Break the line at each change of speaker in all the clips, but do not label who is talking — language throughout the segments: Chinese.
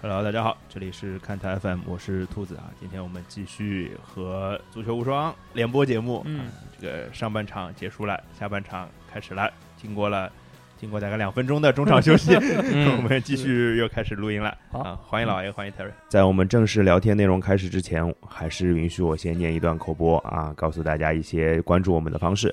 Hello，大家好，这里是看台 FM，我是兔子啊。今天我们继续和足球无双联播节目，
嗯
啊这个上半场结束了，下半场开始了。经过了经过大概两分钟的中场休息，
嗯
我们继续又开始录音了。
好
啊，欢迎老爷，欢迎 Terry。
在我们正式聊天内容开始之前，还是允许我先念一段口播啊，告诉大家一些关注我们的方式。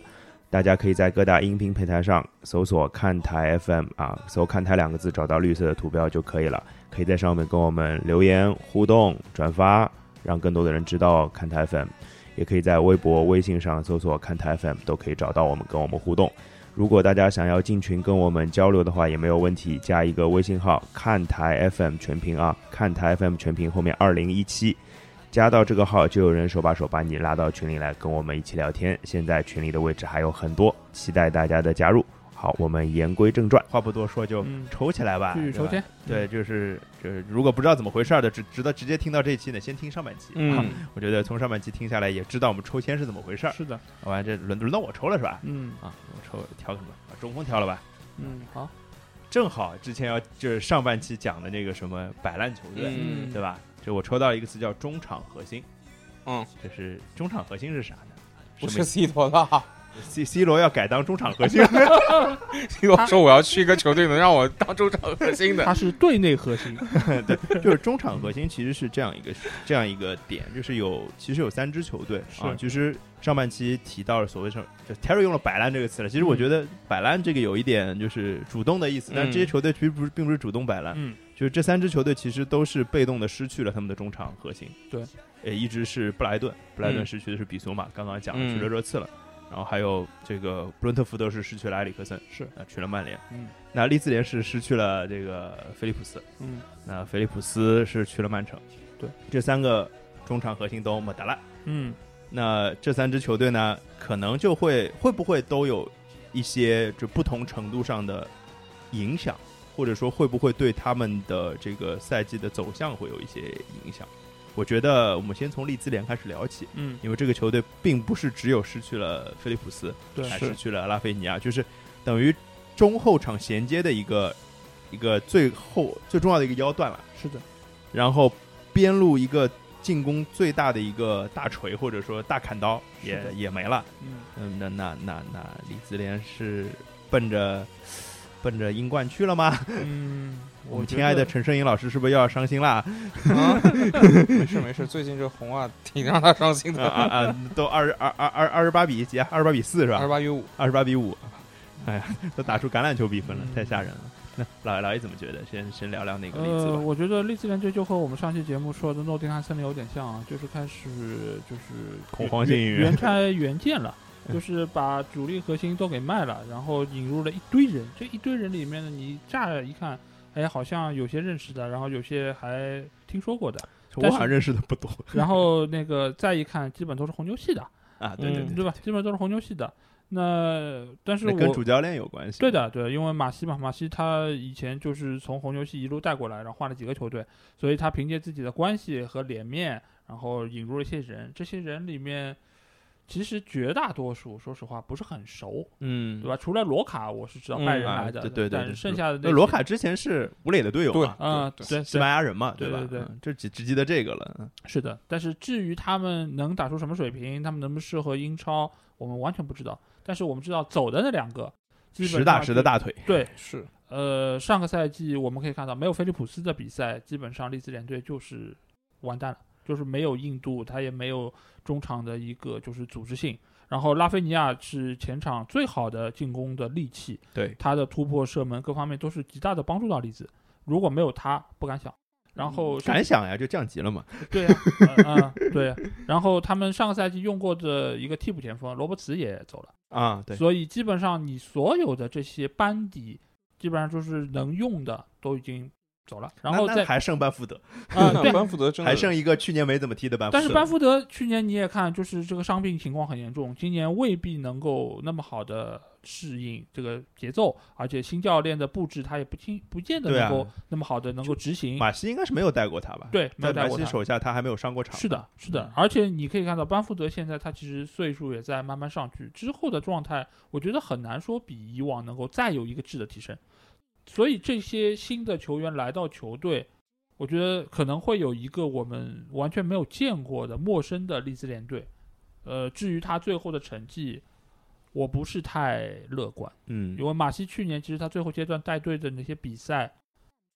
大家可以在各大音频平台上搜索“看台 FM” 啊，搜“看台”两个字，找到绿色的图标就可以了。可以在上面跟我们留言互动、转发，让更多的人知道看台 FM。也可以在微博、微信上搜索“看台 FM”，都可以找到我们，跟我们互动。如果大家想要进群跟我们交流的话，也没有问题，加一个微信号“看台 FM 全屏”啊，“看台 FM 全屏”后面二零一七，加到这个号就有人手把手把你拉到群里来跟我们一起聊天。现在群里的位置还有很多，期待大家的加入。好，我们言归正传，
话不多说，就
嗯
抽起来吧，
继续
对
嗯
吧
抽签。
对，就是就是，如果不知道怎么回事儿的，只值得直接听到这一期呢，先听上半期。啊，
嗯，
我觉得从上半期听下来，也知道我们抽签是怎么回事儿。
是的，
好吧，这轮轮到我抽了是吧？
嗯
啊，我抽挑什么？把中锋挑了吧。
嗯，好，
正好之前要就是上半期讲的那个什么摆烂球队，
嗯
对吧？就我抽到一个词叫中场核心。
嗯，
这是中场核心是啥呢？
不
什么
是 C 罗的啊，
C C 罗要改当中场核心，
C 罗说我要去一个球队能让我当中场核心的，
他是队内核 心，
就是中场核心其实是这样一个这样一个点，就是有其实有三支球队啊
是，
其实上半期提到了所谓上，就 Terry 用了摆烂这个词了。其实我
嗯
觉得摆烂这个有一点就是主动的意思，但是这些
嗯
球队其实不是并不是主动摆烂，
嗯，
就是这三支球队其实都是被动的失去了他们的中场核心。
对，
也一直是布莱顿，布莱顿
嗯
失去的是比索马，刚刚讲的
嗯
去了热刺了，然后还有这个布伦特福德是失去了埃里克森，
是
啊去了曼联，
嗯，
那利兹联是失去了这个菲利普斯，
嗯，
那菲利普斯是去了曼城，
对，
这三个中场核心都没得了。
嗯，
那这三支球队呢，可能就会会不会都有一些就不同程度上的影响，或者说会不会对他们的这个赛季的走向会有一些影响？我觉得我们先从利兹联开始聊起，
嗯，
因为这个球队并不是只有失去了菲利普斯，
对，
还失去了拉菲尼亚，就是等于中后场衔接的一个一个最后最重要的一个腰段了。
是的，
然后边路一个进攻最大的一个大锤或者说大砍刀也
是的
也没了。
嗯，
嗯，那那那那李自联是奔着奔着英冠去了吗？
嗯，
我
我
们
觉
亲爱的
得
陈胜英老师是不是又要伤 心啦？
啊，没事没事，最近这红啊挺让他伤心
啊
的，
啊啊！都二十二二二二十八比几啊？二十八比四是
二十
吧？
八比五，
二十八比五。 哎呀，都打出橄榄球比分了，
嗯
太吓人了。那老爷老爷怎么觉得？先先聊聊那个例子
呃，
吧。
我觉得利兹联队就和我们上期节目说的诺丁汉森林有点像啊，就是开始就是
恐慌性嗯
原 原拆原建了，就是把主力核心都给卖了，然后引入了一堆人。这一堆人里面呢，你乍一看，哎，好像有些认识的，然后有些还听说过的，
我
但是
好像认识的不多
然后那个再一看，基本都是红牛系的，
啊。对对
嗯
对，
对吧？基本都是红牛系的。那但是
那
我
跟主教练有关系。
对的，对，因为马西嘛，马西他以前就是从红牛系一路带过来，然后换了几个球队，所以他凭借自己的关系和脸面，然后引入了一些人。这些人里面，其实绝大多数，说实话不是很熟，
嗯
对吧？除了罗卡，我是知道拜仁
嗯
啊
来的，
对对对
但
对
是剩下的
那
些
罗卡之前是吴磊的队友
对
嘛，
啊，
对
对，
西
对
班牙人嘛，
对
吧？
对对
嗯就只只记得这个了。嗯
是的，但是至于他们能打出什么水平，他们能不能适合英超，我们完全不知道。但是我们知道走的那两个，基本
实打
上
实
就
的大腿，
对。
是
呃，上个赛季我们可以看到，没有菲利普斯的比赛，基本上利兹联队就是完蛋了，就是没有硬度，他也没有中场的一个就是组织性。然后拉菲尼亚是前场最好的进攻的利器，
对，
他的突破、射门各方面都是极大的帮助到利兹。如果没有他，不敢想。然后上
敢嗯想呀，就降级了嘛。
对呀、啊，嗯、 嗯对、啊。然后他们上个赛季用过的一个替补前锋罗伯茨也走了，
啊，对，
所以基本上你所有的这些班底，基本上就是能用的都已经走了，然后
那
再
那还剩班福德，
啊、对。
班福德真的
还剩一个去年没怎么踢的班福德。
但是班福德去年你也看，就是这个伤病情况很严重，今年未必能够那么好的适应这个节奏，而且新教练的布置他也不清，不见得
对啊
能够那么好的能够执行。
马西应该是没有带过他吧？，
对，没
在
有带
马
过
西
他。
手下他还没有上过场。
是的，是的，而且你可以看到班福德现在他其实岁数也在慢慢上去，之后的状态，我觉得很难说比以往能够再有一个质的提升。所以这些新的球员来到球队，我觉得可能会有一个我们完全没有见过的陌生的利兹联队。呃，至于他最后的成绩，我不是太乐观，
嗯
因为马西去年其实他最后阶段带队的那些比赛，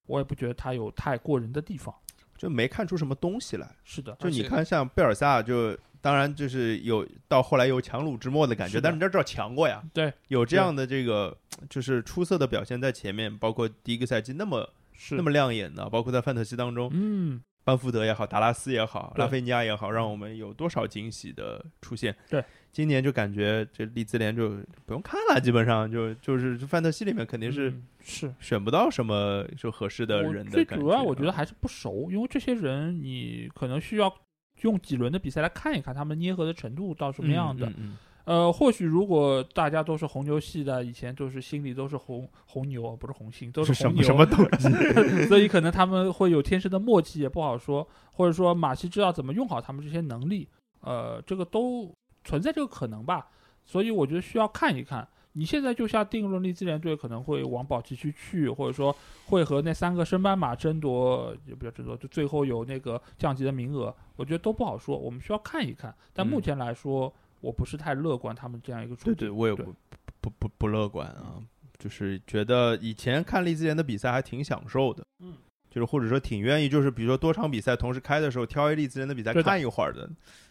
我也不觉得他有太过人的地方。
就没看出什么东西来。
是的，
就
而且
你看，像贝尔萨就。当然，就是有到后来有强弩之末的感觉，
是的
但是人家至少强过呀，
对，
有这样的这个就是出色的表现在前面，包括第一个赛季那么
是
那么亮眼的，包括在范特西当中，
嗯，
班福德也好，达拉斯也好，
对
拉菲尼亚也好，让我们有多少惊喜的出现？
对，
今年就感觉这利兹联就不用看了，基本上就就是范特西里面肯定是
嗯是
选不到什么就合适的
我
人的
最
感
主要我
觉啊
觉得还是不熟，因为这些人你可能需要用几轮的比赛来看一看他们捏合的程度到什么样的。
嗯嗯
呃，或许如果大家都是红牛系的，以前都是心里都是红红牛，啊不是红心，都
嗯是什
红
么
牛，
什么东西？
所以可能他们会有天生的默契，也不好说，或者说马西知道怎么用好他们这些能力，呃，这个都存在这个可能吧。所以我觉得需要看一看。你现在就下定论，利兹联队可能会往保级区去，或者说会和那三个升班马争夺，也不叫争夺，就最后有那个降级的名额，我觉得都不好说，我们需要看一看。但目
嗯
前来说，我不是太乐观他们这样一个处
对
境。
对，我也
对
不不不不乐观啊，就是觉得以前看利兹联的比赛还挺享受的，
嗯，
就是或者说挺愿意，就是比如说多场比赛同时开的时候，挑一利兹联的比赛
对的
看一会儿的。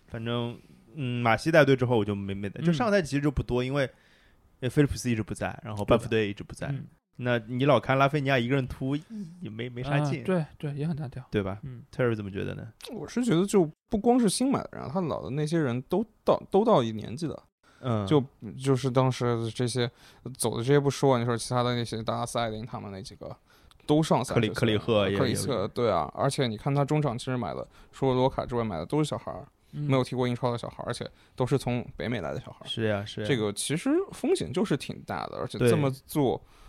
反正，嗯，马西带队之后我就没没带，就
嗯
上赛季其实就不多，因为呃菲利普斯一直不在，然后班
对的
福德也一直不在，
嗯，
那你老看拉菲尼亚一个人突也没没啥
啊
劲，
对对，也很单调。
对吧？
嗯，
特瑞怎么觉得呢？
我是觉得就不光是新买的人啊，他老的那些人都到都到一年纪了，
嗯，
就就是当时这些走的这些不说，你说其他的那些达拉斯、艾林他们那几个都上三
克里
十岁
克里赫也
克里
也
克对啊，而且你看他中场其实买的，除了罗卡之外买的都是小孩儿，
嗯
没有踢过英超的小孩儿，而且都是从北美来的小孩儿。
是呀是呀，
这个其实风险就是挺大的，而且
对
这么做，嗯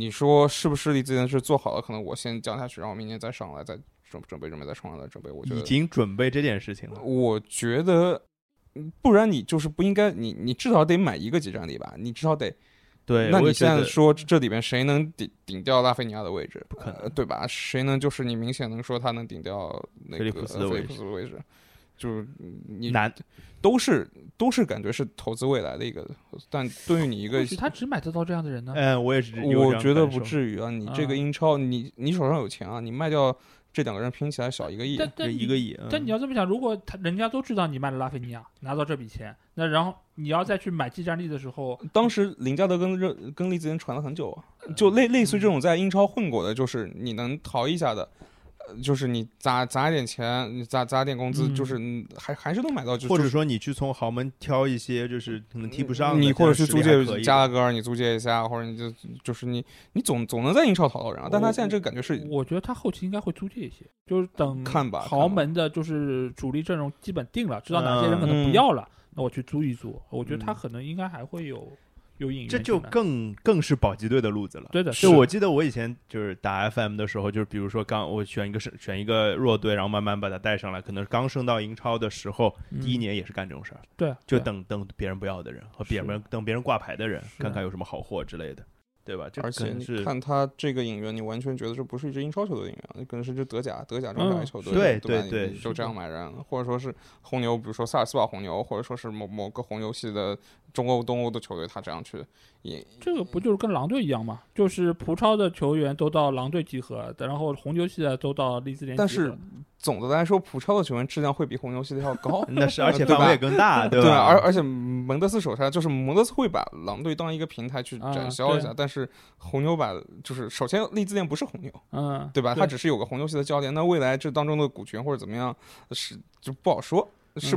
你说是不是离这件事做好了？可能我先降下去，然后明年再上来，再准准备准备再上来，再准备。我觉
已
得，
经准备这件事情了，
我觉得，嗯不然你就是不应该，你你至少得买一个集战力吧，你至少得。
对，
那
我
你
也觉
现在
得
说这里边谁能顶顶掉拉菲尼亚的位置？不
可能
对吧？谁能就是你明显能说他能顶掉那
菲利
个呃
普斯的
菲
位
利普
置
斯的位置？就是你
难，
都是都是感觉是投资未来的一个，但对于你一个
或许他只买得到这样的人呢。
嗯，我也是，
我觉得不至于啊！你这个
嗯
英超，你你手上有钱啊，你卖掉这两个人拼起来少一个嗯 亿，
但但
于
你
一个亿。嗯
但你要这么想，如果他人家都知道你卖了拉菲尼亚，拿到这笔钱，那然后你要再去买技战力的时
嗯
候，
当时林加德跟热跟利兹联传了很久啊，就类类
嗯
似于这种在英超混过的，就是你能逃一下的，呃就是你砸砸一点钱，你砸砸点工资，
嗯
就是嗯还还是能买到，就
或者
就是
说你去从豪门挑一些，就是可能踢不上的，
你
这
或者
样实
去租
力还可
借
以
加
的
拉格尔，你租借一下，或者你就就是你你总总能在英超淘到人啊，但他现在这个感觉是
我觉得他后期应该会租借一些，就是
嗯
等
看吧
豪门的就是主力阵容基本定了，知道哪些人可
嗯
能不要了，那我去租一租。我觉得他
嗯
可能应该还会有有引援进
这
来，
就更更是保级队的路子了。
对的，
就是我记得我以前就是打 FM 的时候，就是比如说刚我选一个是选一个弱队，然后慢慢把它带上来，可能刚升到英超的时候，
嗯
第一年也是干这种事儿，
对，
就
对
等等别人不要的人和别
是
人等别人挂牌的人，
是
看看有什么好货之类的，对吧？这
而
可
且
能
你
是
看他这个引援，你完全觉得这不是一支英超球队的引援，那可能是支德甲、德甲中甲
嗯
一球队，
对
对吧
对
你
对。
就这样买人，或者说是红牛，比如说萨尔斯堡红牛，或者说是某某个红牛系的中欧、东欧的球队，他这样去引，
这个不就是跟狼队一样嘛？就是葡超的球员都到狼队集合，然后红牛系的都到利兹联集合。
但是总的来说，葡超的球员质量会比红牛系的要高
那是 而且
对吧
范围也更大，对啊
对吧，而
吧？
而且蒙德斯手下就是蒙德斯会把狼队当一个平台去
啊
展销一下，
对
但是红牛把就是首先利兹联不是红牛，
嗯，
对吧？
对
他只是有个红牛系的教练，那未来这当中的股权或者怎么样是就不好说，是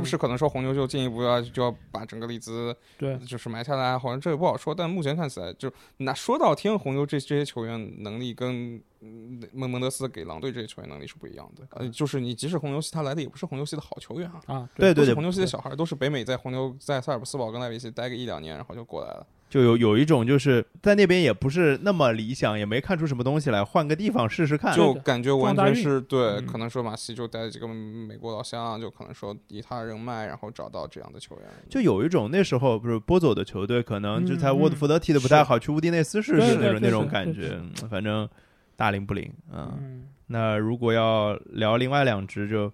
嗯
不是可能说红牛就进一步要就要把整个利兹
对，
就是埋下来？好像这也不好说，但目前看起来就那说到天红牛这这些球员能力跟嗯蒙蒙德斯给狼队这些球员能力是不一样的，呃，就是你即使红牛系他来的也不是红牛系的好球员啊。
啊，
对
都
对
是
对
红，牛系的小孩儿都是北美在红牛在塞尔斯堡跟莱维锡待个一两年，然后就过来了。
就有有一种就是在那边也不是那么理想，也没看出什么东西来，换个地方试试看。
就
对的
感觉
撞
完
大
全
运
是对，
嗯
可能说马西就带几个美国老乡，啊就可能说以他人脉，然后找到这样的球员，
就有一种那时候不是波走的球队，可能就在沃特福德踢的不太好，去乌迪内斯试试
对
那
对
种那
对
种
是
感
对
觉。嗯反正大龄不灵，嗯。
嗯，
那如果要聊另外两支就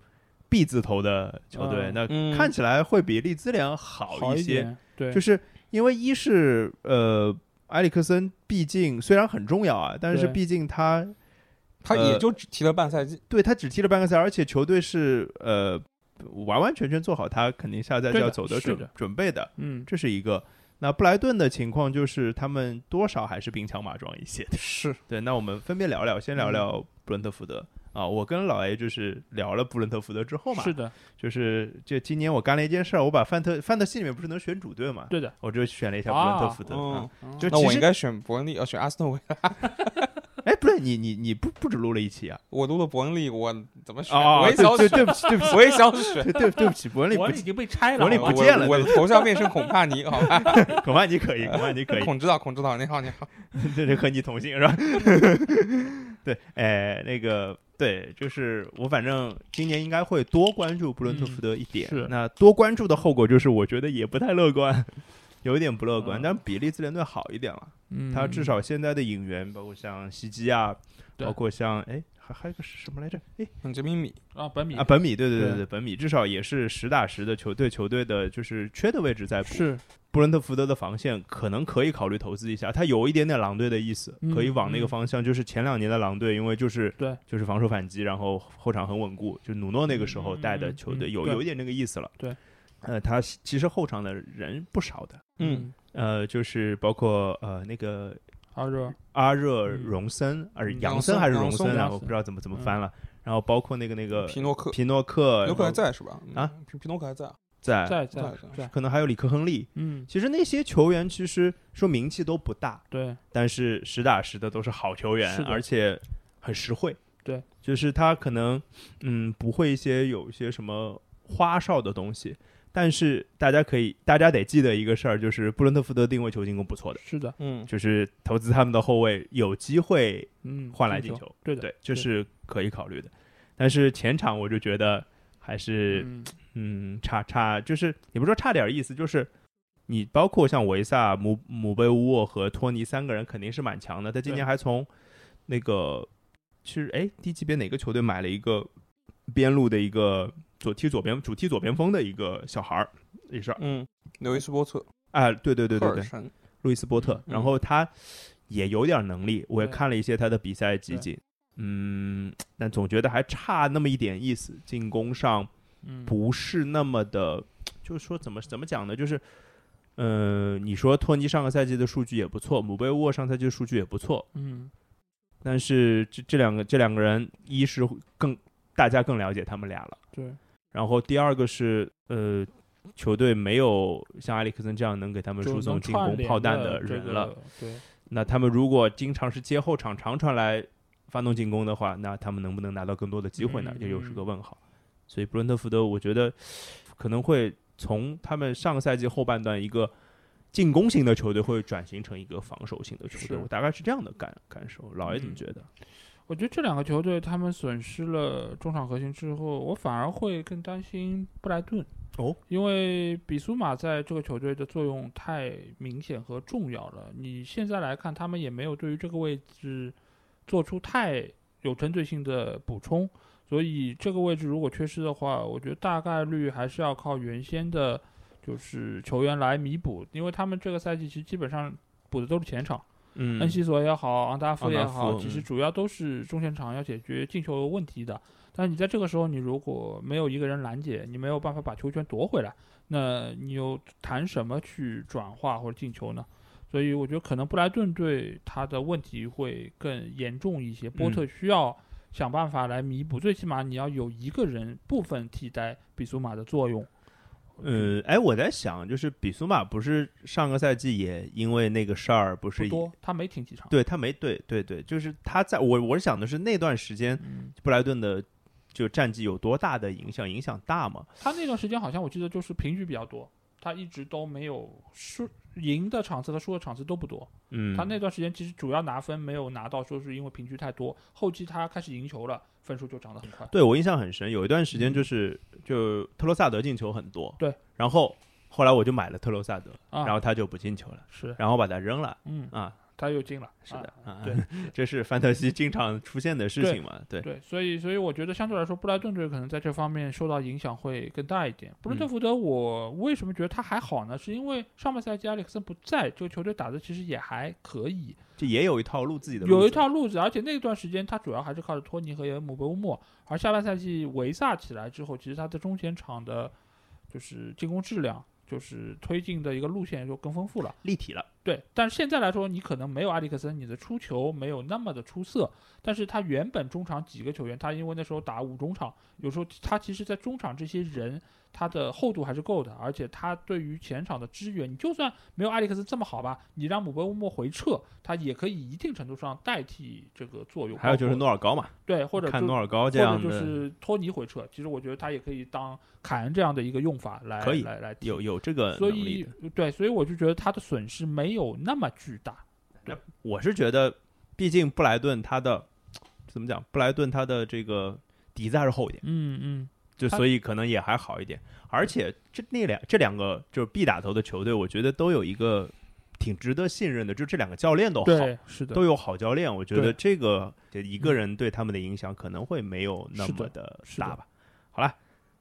B 字头的球队，
嗯
那
嗯
看起来会比利兹联好
好
一些，
点，对，
就是是因为一是呃，埃里克森毕竟虽然很重要啊，但是
对
毕竟他
他
呃
也就只踢了半赛季，
对他只踢了半个赛，而且球队是呃完完全全做好他肯定下赛季
对的
要走的
是
准
的
准备的，
嗯，
这是一个。那布莱顿的情况就是他们多少还是兵强马壮一些的。
是
对，那我们分别聊聊，先
嗯
聊聊布伦特福德。啊，我跟老 A 就是聊了布伦特福德之后嘛，
是的，
就是这今年我干了一件事儿，我把范特范特西里面不是能选主队嘛，
对的，
我就选了一下布伦特
啊
福德。啊
嗯，
就
那
其
我
实
应该选伯恩利，要哦选阿斯顿维拉。
哎，不对，你你你不不止录了一期啊？
我录了伯恩利，我怎么选？
啊，
我也
对
想
对
选，
对不起对不起
我也想选。啊
对对对不起，伯恩利不
我已经被拆 了，
伯恩利
好吧
不见了
我
对
的头像变成孔帕尼，好吧？
恐怕你可以，恐怕你可以，
孔指导，孔指导，你好，你好。
这是和你同姓是吧？ 对，哎，那个对，就是我反正今年应该会多关注布伦特福德一点。
嗯是
那多关注的后果就是，我觉得也不太乐观，有一点不乐观。
嗯
但比利兹联队好一点了，
嗯，
他至少现在的引援，包括像西基啊，
对
包括像哎。还还有个是什么来着？哎
嗯，这米米，
啊，本米
啊，本米，对对对
对
对，本米至少也是实打实的球队球队的，就是缺的位置在补。
是
布伦特福德的防线可能可以考虑投资一下，他有一点点狼队的意思，
嗯
可以往那个
嗯
方向。就是前两年的狼队，因为就是
对
就是防守反击，然后后场很稳固，就努诺那个时候带的球队
嗯嗯嗯
有
对
有一点那个意思了。
对，
呃，他其实后场的人不少的，
嗯，
呃，就是包括呃那个
阿热
阿热、
嗯
荣森，呃，
嗯
杨
杨
森
森
还是
杨
荣
森
森啊，我
杨森
不知道怎么怎么
嗯
翻了。然后包括那个那个
皮诺克，
呃皮诺克，
有
然
可
后
还在是吧？嗯
啊，
皮诺克还在啊，
在
在
在
在，
可能还有里克亨利。
嗯，
其实那些球员其实说名气都不大，
对，
但是实打实的都是好球员
是，的
而且很实惠。
对，
就是他可能嗯不会一些有一些什么花哨的东西，但是大家可以大家得记得一个事儿，就是布伦特福德定位球进攻不错的，
是的，
嗯，
就是投资他们的后卫有机会
嗯，
换来进球，，
对的，
对，这是可以考虑的。但是前场我就觉得还是
嗯，
嗯，差差就是也不是说差点儿意思，就是你包括像维萨、姆姆贝乌沃和托尼三个人肯定是蛮强的。他今
对
年还从那个是哎低级别哪个球队买了一个边路的一个左踢左边主踢左边锋的一个小孩儿，也是
嗯，纽伊斯波特，
哎，对对对
赫
对
尔
对，
臣，
路易斯波特。
嗯
然后他也有点能力，我也
对
看了一些他的比赛集
对
锦，嗯，但总觉得还差那么一点意思，进攻上。
嗯，
不是那么的，就是说怎么怎么讲呢？就是，呃，你说托尼上个赛季的数据也不错，姆贝沃上赛季的数据也不错，
嗯，
但是这这两个这两个人，一是更大家更了解他们俩了，
对，
然后第二个是呃，球队没有像埃里克森这样能给他们
就
输送
能
进
串
攻
联
炮弹的
的这
人
个
了。，
对，
那他们如果经常是接后场长传来发动进攻的话，那他们能不能拿到更多的机会呢
嗯？嗯
这又是个问号。所以布伦特福德，我觉得可能会从他们上个赛季后半段一个进攻型的球队，会转型成一个防守型的球队。
是
我大概是这样的感感受。老爷怎么
嗯
觉得？
我觉得这两个球队他们损失了中场核心之后，我反而会更担心布莱顿
哦，
因为比苏马在这个球队的作用太明显和重要了。你现在来看，他们也没有对于这个位置做出太有针对性的补充，所以这个位置如果缺失的话，我觉得大概率还是要靠原先的，就是球员来弥补，因为他们这个赛季其实基本上补的都是前场。
嗯
恩西索也好，昂达夫
昂
也
达夫
好，其实
嗯
主要都是中前场要解决进球问题的。但是你在这个时候，你如果没有一个人拦截，你没有办法把球权夺回来，那你又谈什么去转化或者进球呢？所以我觉得可能布莱顿队他的问题会更严重一些，
嗯
波特需要想办法来弥补，最起码你要有一个人部分替代比苏马的作用。
呃，哎，我在想，就是比苏马不是上个赛季也因为那个事儿，不
不
是
多，他没挺几场。
对他没对对对，就是他在我我是想的是那段时间
嗯，
布莱顿的就战绩有多大的影响，影响大吗？
他那段时间好像我记得就是平局比较多，他一直都没有输赢的场次和输的场次都不多。
嗯，
他那段时间其实主要拿分没有拿到，说是因为平局太多。后期他开始赢球了，分数就涨得很快。
对我印象很深，有一段时间就是就特罗萨德进球很多，
嗯对，
然后后来我就买了特罗萨德，
啊，
然后他就不进球了，
是
然后把他扔了
嗯，
啊，
他又进了。
是的，啊
啊，对，
这是范特西经常出现的事情嘛？对，
对，所以所以我觉得相对来说，布莱顿队可能在这方面受到影响会更大一点。布伦特
嗯
福德，我为什么觉得他还好呢？是因为上半赛季埃里克森不在，这个球队打的其实也还可以，
这也有一套路自己的路子，
有一套路子，而且那段时间他主要还是靠着托尼和耶姆贝乌莫。而下半赛季维萨起来之后，其实他的中前场的，就是进攻质量，就是推进的一个路线就更丰富了。
立体了。
对，但是现在来说，你可能没有埃里克森，你的出球没有那么的出色，但是他原本中场几个球员，他因为那时候打五中场，有时候他其实在中场这些人，他的厚度还是够的，而且他对于前场的支援，你就算没有埃里克森这么好吧，你让姆贝乌莫回撤，他也可以一定程度上代替这个作用。
还有就是
包括
诺尔高嘛，
对，或者
看
就
诺尔高
或
这样
者就
的，
是托尼回撤，其实我觉得他也可以当凯恩这样的一个用法来
可以
来来替
有有这个
所
能力
以
的。
对，所以我就觉得他的损失没有那么巨大。
我是觉得，毕竟布莱顿他的怎么讲，布莱顿他的这个底子还是厚一点，
嗯嗯，
就
他
所以可能也还好一点。而且这那两这两个就是 B 打头的球队，我觉得都有一个挺值得信任的，就这两个教练都好。
对，是的，
都有好教练，我觉得
对嗯
这个这一个人对他们的影响可能会没有那么的
是的
大吧。好了，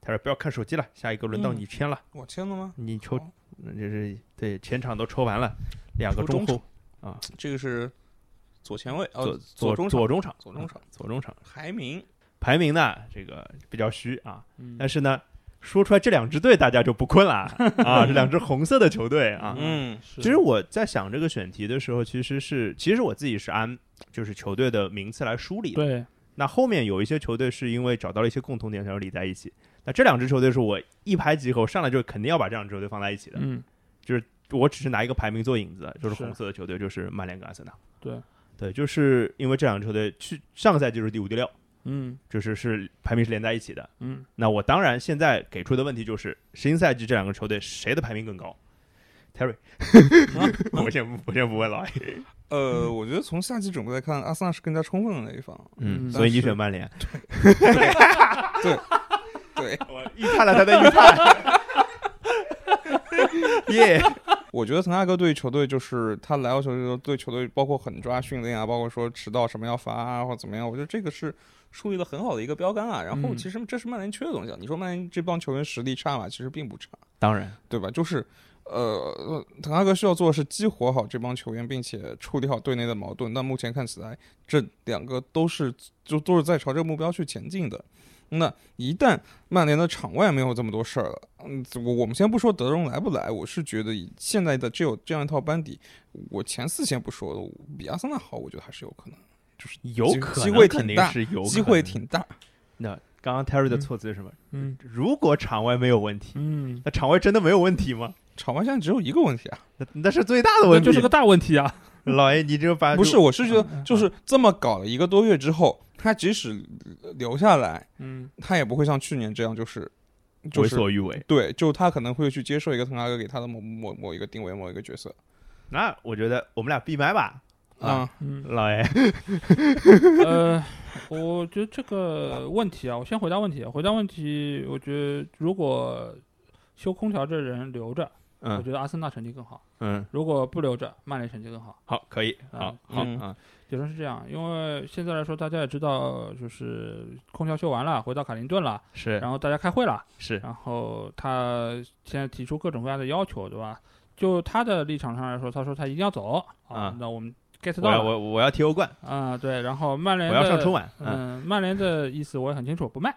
他说不要看手机了，下一个轮到
嗯
你签了，
我签了吗？
你抽
好，
那这是对前场都抽完了，两个
抽
后，
中这个是左前卫，
左
哦，左中场
左，中场，
左中场，
左中场
排名
排名呢，这个比较虚啊，
嗯
但是呢，说出来这两支队大家就不困了 啊，这两支红色的球队啊，
嗯，
是
其实我在想这个选题的时候，其实是其实我自己是按就是球队的名次来梳理的。
对，
那后面有一些球队是因为找到了一些共同点，才后理在一起。那这两支球队是我一拍即合，我上来就肯定要把这两支球队放在一起的。
嗯，
我只是拿一个排名做引子，就是
是
红色的球队就是曼联跟阿森纳。
对，
对，就是因为这两支球队去上个赛季就是第五、第六，
嗯
就是是排名是连在一起的。
嗯，
那我当然现在给出的问题就是新赛季这两个球队谁的排名更高？Terry，、我
啊
先不我先不问老 A，
呃，我觉得从夏季准备来看，阿森纳是更加充分的那一方。
嗯
所以你
但是
选曼联，
对，
我预判了他的预判， 耶、
我觉得滕哈格对球队就是他来到球队的时候对球队包括狠抓训练啊，包括说迟到什么要罚啊或者怎么样，我觉得这个是树立了很好的一个标杆啊。然后
嗯
其实这是曼联缺的东西啊。你说曼联这帮球员实力差嘛？其实并不差，
当然。
对吧？就是。呃，滕哈格需要做的是激活好这帮球员，并且处理好队内的矛盾。但目前看起来，这两个都是就都是在朝这个目标去前进的。那一旦曼联的场外没有这么多事儿了，嗯，我我们先不说德容来不来，我是觉得以现在的只有这样一套班底，我前四先不说了，比阿森纳好，我觉得还是有可能，
有
机
可
机
能
会
肯
挺
定
大
是有
机
可
会
能
挺大。
那刚刚 Terry 的
嗯
措辞是什么？
嗯
如果场外没有问题，
嗯，
那场外真的没有问题吗？
场外现在只有一个问题啊，
那那是最大的
那
问题。
就是个大问题啊。
老爷，你这把
不是，我是
嗯
觉得
嗯
就是这么搞了一个多月之后，他即使留下来，
嗯
他也不会像去年这样，就是就
为
是
所欲为。
对，就他可能会去接受一个滕哈格给他的某某某一个定位、某一个角色
那我觉得我们俩闭麦吧，啊
啊，
嗯，
老爷。
呃，我觉得这个问题啊，我先回答问题啊。回答问题，我觉得如果修空调这人留着，我
嗯
觉得阿森纳成绩更好；
嗯，
如果不留着，曼联成绩更好。
好，可以，好
啊，
好
嗯
啊，
结论是这样，因为现在来说，大家也知道，就是空调修完了，回到卡林顿了，
是
然后大家开会了，
是，
然后他现在提出各种各样的要求，对吧？就他的立场上来说，他说他一定要走
啊
那我们 get
我
到
要
了
我我要踢欧冠，
啊、对。然后曼
我
联
要上
的
春晚，嗯，
嗯，曼联的意思我也很清楚，不卖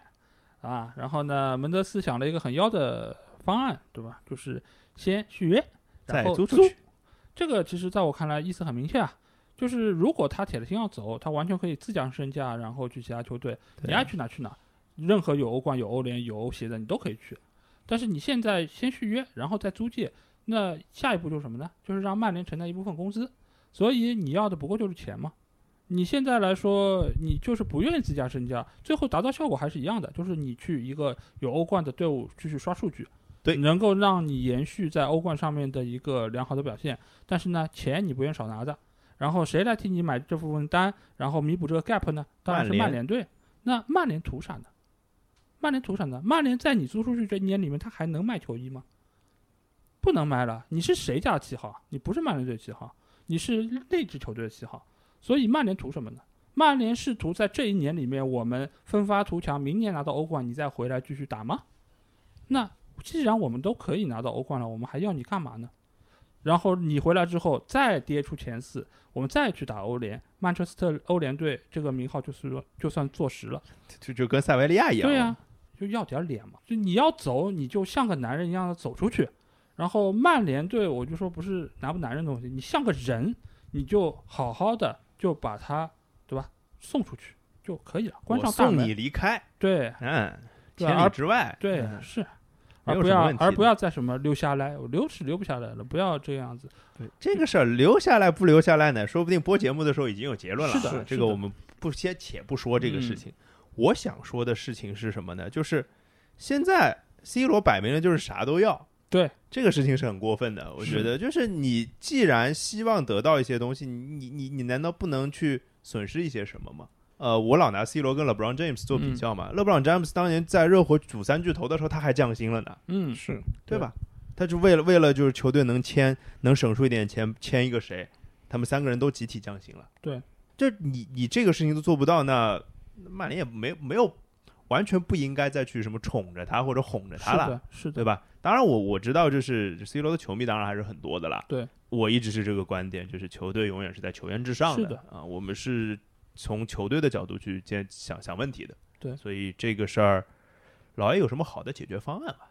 啊。然后呢，门德斯想了一个很妖的方案，对吧？就是先续约，
再
然后
租
租
出去。
这个其实在我看来意思很明确啊，就是如果他铁了心要走，他完全可以自降身价，然后去其他球队，
对
你爱去哪去哪，任何有欧冠、有欧联、有欧协的你都可以去。但是你现在先续约，然后再租借，那下一步就是什么呢？就是让曼联承担一部分工资。所以你要的不过就是钱嘛。你现在来说，你就是不愿意自家身价，最后达到效果还是一样的，就是你去一个有欧冠的队伍继续刷数据，
对
能够让你延续在欧冠上面的一个良好的表现。但是呢，钱你不愿意少拿的，然后谁来替你买这部分单，然后弥补这个 gap 呢？当然是
曼
曼
联
联队。那曼联图啥呢？曼联图啥呢？曼联在你租出去这一年里面，他还啊能卖球衣吗？不能卖了。你是谁家的七号？你不是曼联队七号。你是那支球队的七号。所以曼联图什么呢？曼联试图在这一年里面，我们奋发图强，明年拿到欧冠，你再回来继续打吗？那既然我们都可以拿到欧冠了，我们还要你干嘛呢？然后你回来之后再跌出前四，我们再去打欧联，曼彻斯特欧联队这个名号就是说就算坐实了。
就就跟塞维利亚一样，
对啊呀、就要点脸嘛。就你要走，你就像个男人一样的走出去。然后曼联队，我就说不是男不男人的问题，你像个人，你就好好的就把他，对吧，送出去就可以了，关
我
上大
送
门。
你离开，
对
嗯，
对
千里
而
之外，
对、
嗯
是，
没
而
有
不
什么
要
问题
而
的
不要再什么留下来，我留是留不下来了，不要这样子。
对这
嗯
个事儿留下来不留下来呢？说不定播节目的时候已经有结论了。
是的
啊
是
这个
的嗯
我们不先且不说这个事情。我想说的事情是什么呢？就是现在 C 罗摆明了就是啥都要。
对
这个事情是很过分的，我觉得就是你既然希望得到一些东西，你你你难道不能去损失一些什么吗？呃，我老拿 C 罗跟 LeBron James 做比
嗯
较嘛、勒布朗詹姆斯当年在热火组三巨头的时候，他还降薪了呢。
嗯，
是
对吧？他就为了为了就是球队能签能省出一点钱签一个谁，他们三个人都集体降薪了。
对，
这你你这个事情都做不到，那曼联也没没有完全不应该再去什么宠着他或者哄着
是
他了，
的，是的，
对吧？当然我我知道就是 C 罗的球迷当然还是很多的啦。
对，
我一直是这个观点，就是球队永远是在球员之上
是的
啊，我们是从球队的角度去见想想问题的。
对
所以这个事儿，老 A 有什么好的解决方案吗？啊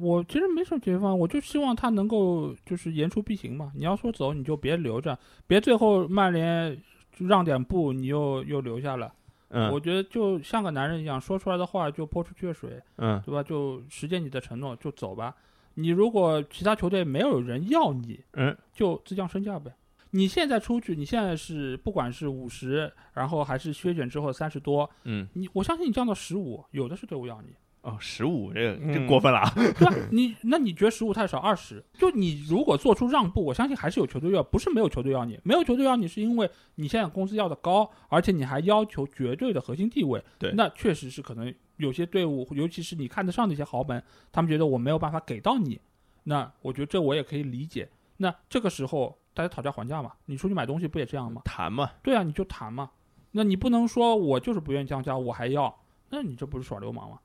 我其实没什么解决方案，我就希望他能够就是言出必行嘛。你要说走，你就别留着，别最后曼联让点步，你又又留下了。
嗯，
我觉得就像个男人一样，说出来的话就泼出去的水，
嗯
对吧？就实践你的承诺，就走吧。你如果其他球队没有人要你，
嗯。
就自降身价呗。你现在出去，你现在是不管是五十，然后还是削减之后三十多，
嗯，
你我相信你降到十五，有的是队伍要你。
哦，十五这个这
嗯
过分了啊！
对吧？你那你觉得十五太少，二十？就你如果做出让步，我相信还是有球队要，不是没有球队要你，没有球队要你是因为你现在工资要的高，而且你还要求绝对的核心地位。
对
那确实是可能有些队伍，尤其是你看得上的一些豪门，他们觉得我没有办法给到你，那我觉得这我也可以理解。那这个时候大家讨价还价嘛，你出去买东西不也这样吗？
谈嘛，
对啊，你就谈嘛。那你不能说我就是不愿意降价，我还要，那你这不是耍流氓吗？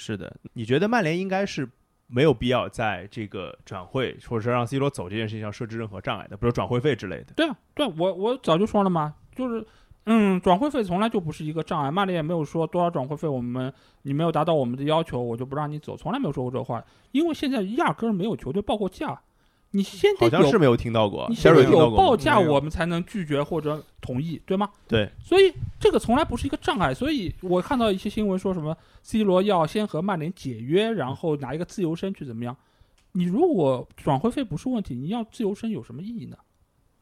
是的。你觉得曼联应该是没有必要在这个转会或者说让 C 罗走这件事情上设置任何障碍的，比如转会费之类的。
对啊，对啊我我早就说了嘛，就是嗯，转会费从来就不是一个障碍，曼联也没有说多少转会费，我们你没有达到我们的要求，我就不让你走，从来没有说过这话，因为现在压根儿没有球队报过价，你先得
好像
有
是没有听到过，
你
小
先
蕊
得
听到
有
过
报
吗？
价，
没有
我们才能拒绝或者同意，对吗？
对，
所以这个从来不是一个障碍。所以我看到一些新闻说什么 C 罗要先和曼联解约，然后拿一个自由身去怎么样？你如果转会费不是问题，你要自由身有什么意义呢？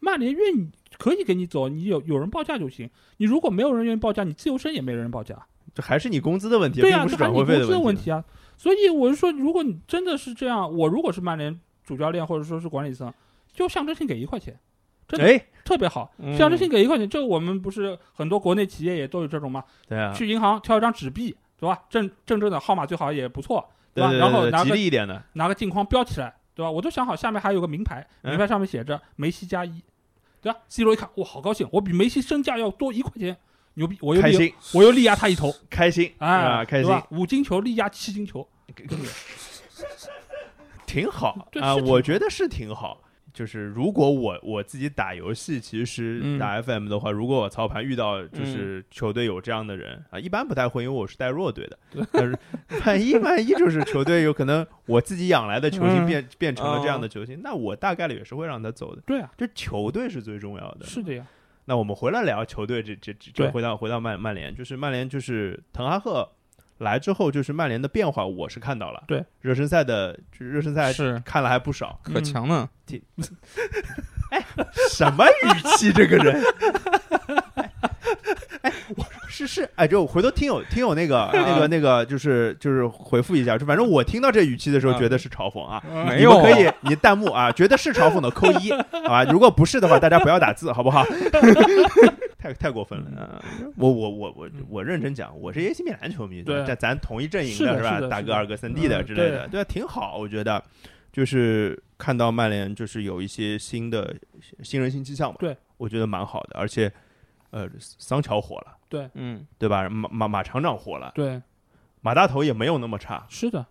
曼联愿意可以给你走，你有有人报价就行。你如果没有人愿意报价，你自由身也没人报价。
这还是你工资的问题，
对
并
啊，
不
这
是
还
转
是
会
你公
费
司的
问
问
题。
题啊。所以我是说，如果你真的是这样，我如果是曼联主教练或者说是管理层，就象征性给一块钱，真的
哎，
特别好，
嗯
象征性给一块啊钱。这我们不是很多国内企业也都有这种吗？
对啊，
去银行挑一张纸币，对吧？正正正的号码最好也不错，
对
吧？
对
然后
对对
拿
吉
个
利一点的，
拿个镜框标起来，对吧？我都想好下面还有个名牌，
嗯
名牌上面写着梅西加一，对吧？C 罗一看，哇，好高兴，我比梅西身价要多一块钱，牛逼！我又
开
力
心
我又力压他一 头。
开心
啊，
啊，开
对
心，
吧？五金球力压七金球，
挺好
对
啊，
是挺
我觉得是挺好。就是如果我我自己打游戏，其实
嗯
打 FM 的话，如果我操盘遇到就是球队有这样的人啊，一般不太会，因为我是带弱队的。但是万一万一就是球队有可能我自己养来的球星
嗯
变变成了这样的球星，那我大概率也是会让他走的。
对啊，
这球队是最重要的。
是的呀，
那我们回来聊球队这这这，
对
这回到回到曼曼联，就是曼联就是滕哈赫来之后，就是曼联的变化我是看到了。
对，
热身赛的就热身赛
是
看了还不少。
嗯
可强呢。
什么语气？这个人，哎，我是是，哎，就回头听友听友那个那个那个，就是就是回复一下，就反正我听到这语气的时候，
啊
觉得是嘲讽啊。
没
呃哎
你
有
们可以，你弹幕啊，觉得是嘲讽的扣 一，好吧？如果不是的话，大家不要打字，好不 好？太太过分了！呃我我我我我认真讲，我是 AC 米兰球迷，
嗯对
但咱同一阵营
是的
是吧
是？的
大
是
哥、
的
二哥、三弟的
嗯
之类的，
对
对啊，挺好，我觉得。就是看到曼联就是有一些新的新人新气象嘛，
对，
我觉得蛮好的，而且呃，桑乔火了，
嗯，
对吧？马马马厂长火了，
对，
马大头也没有那么差，
是的，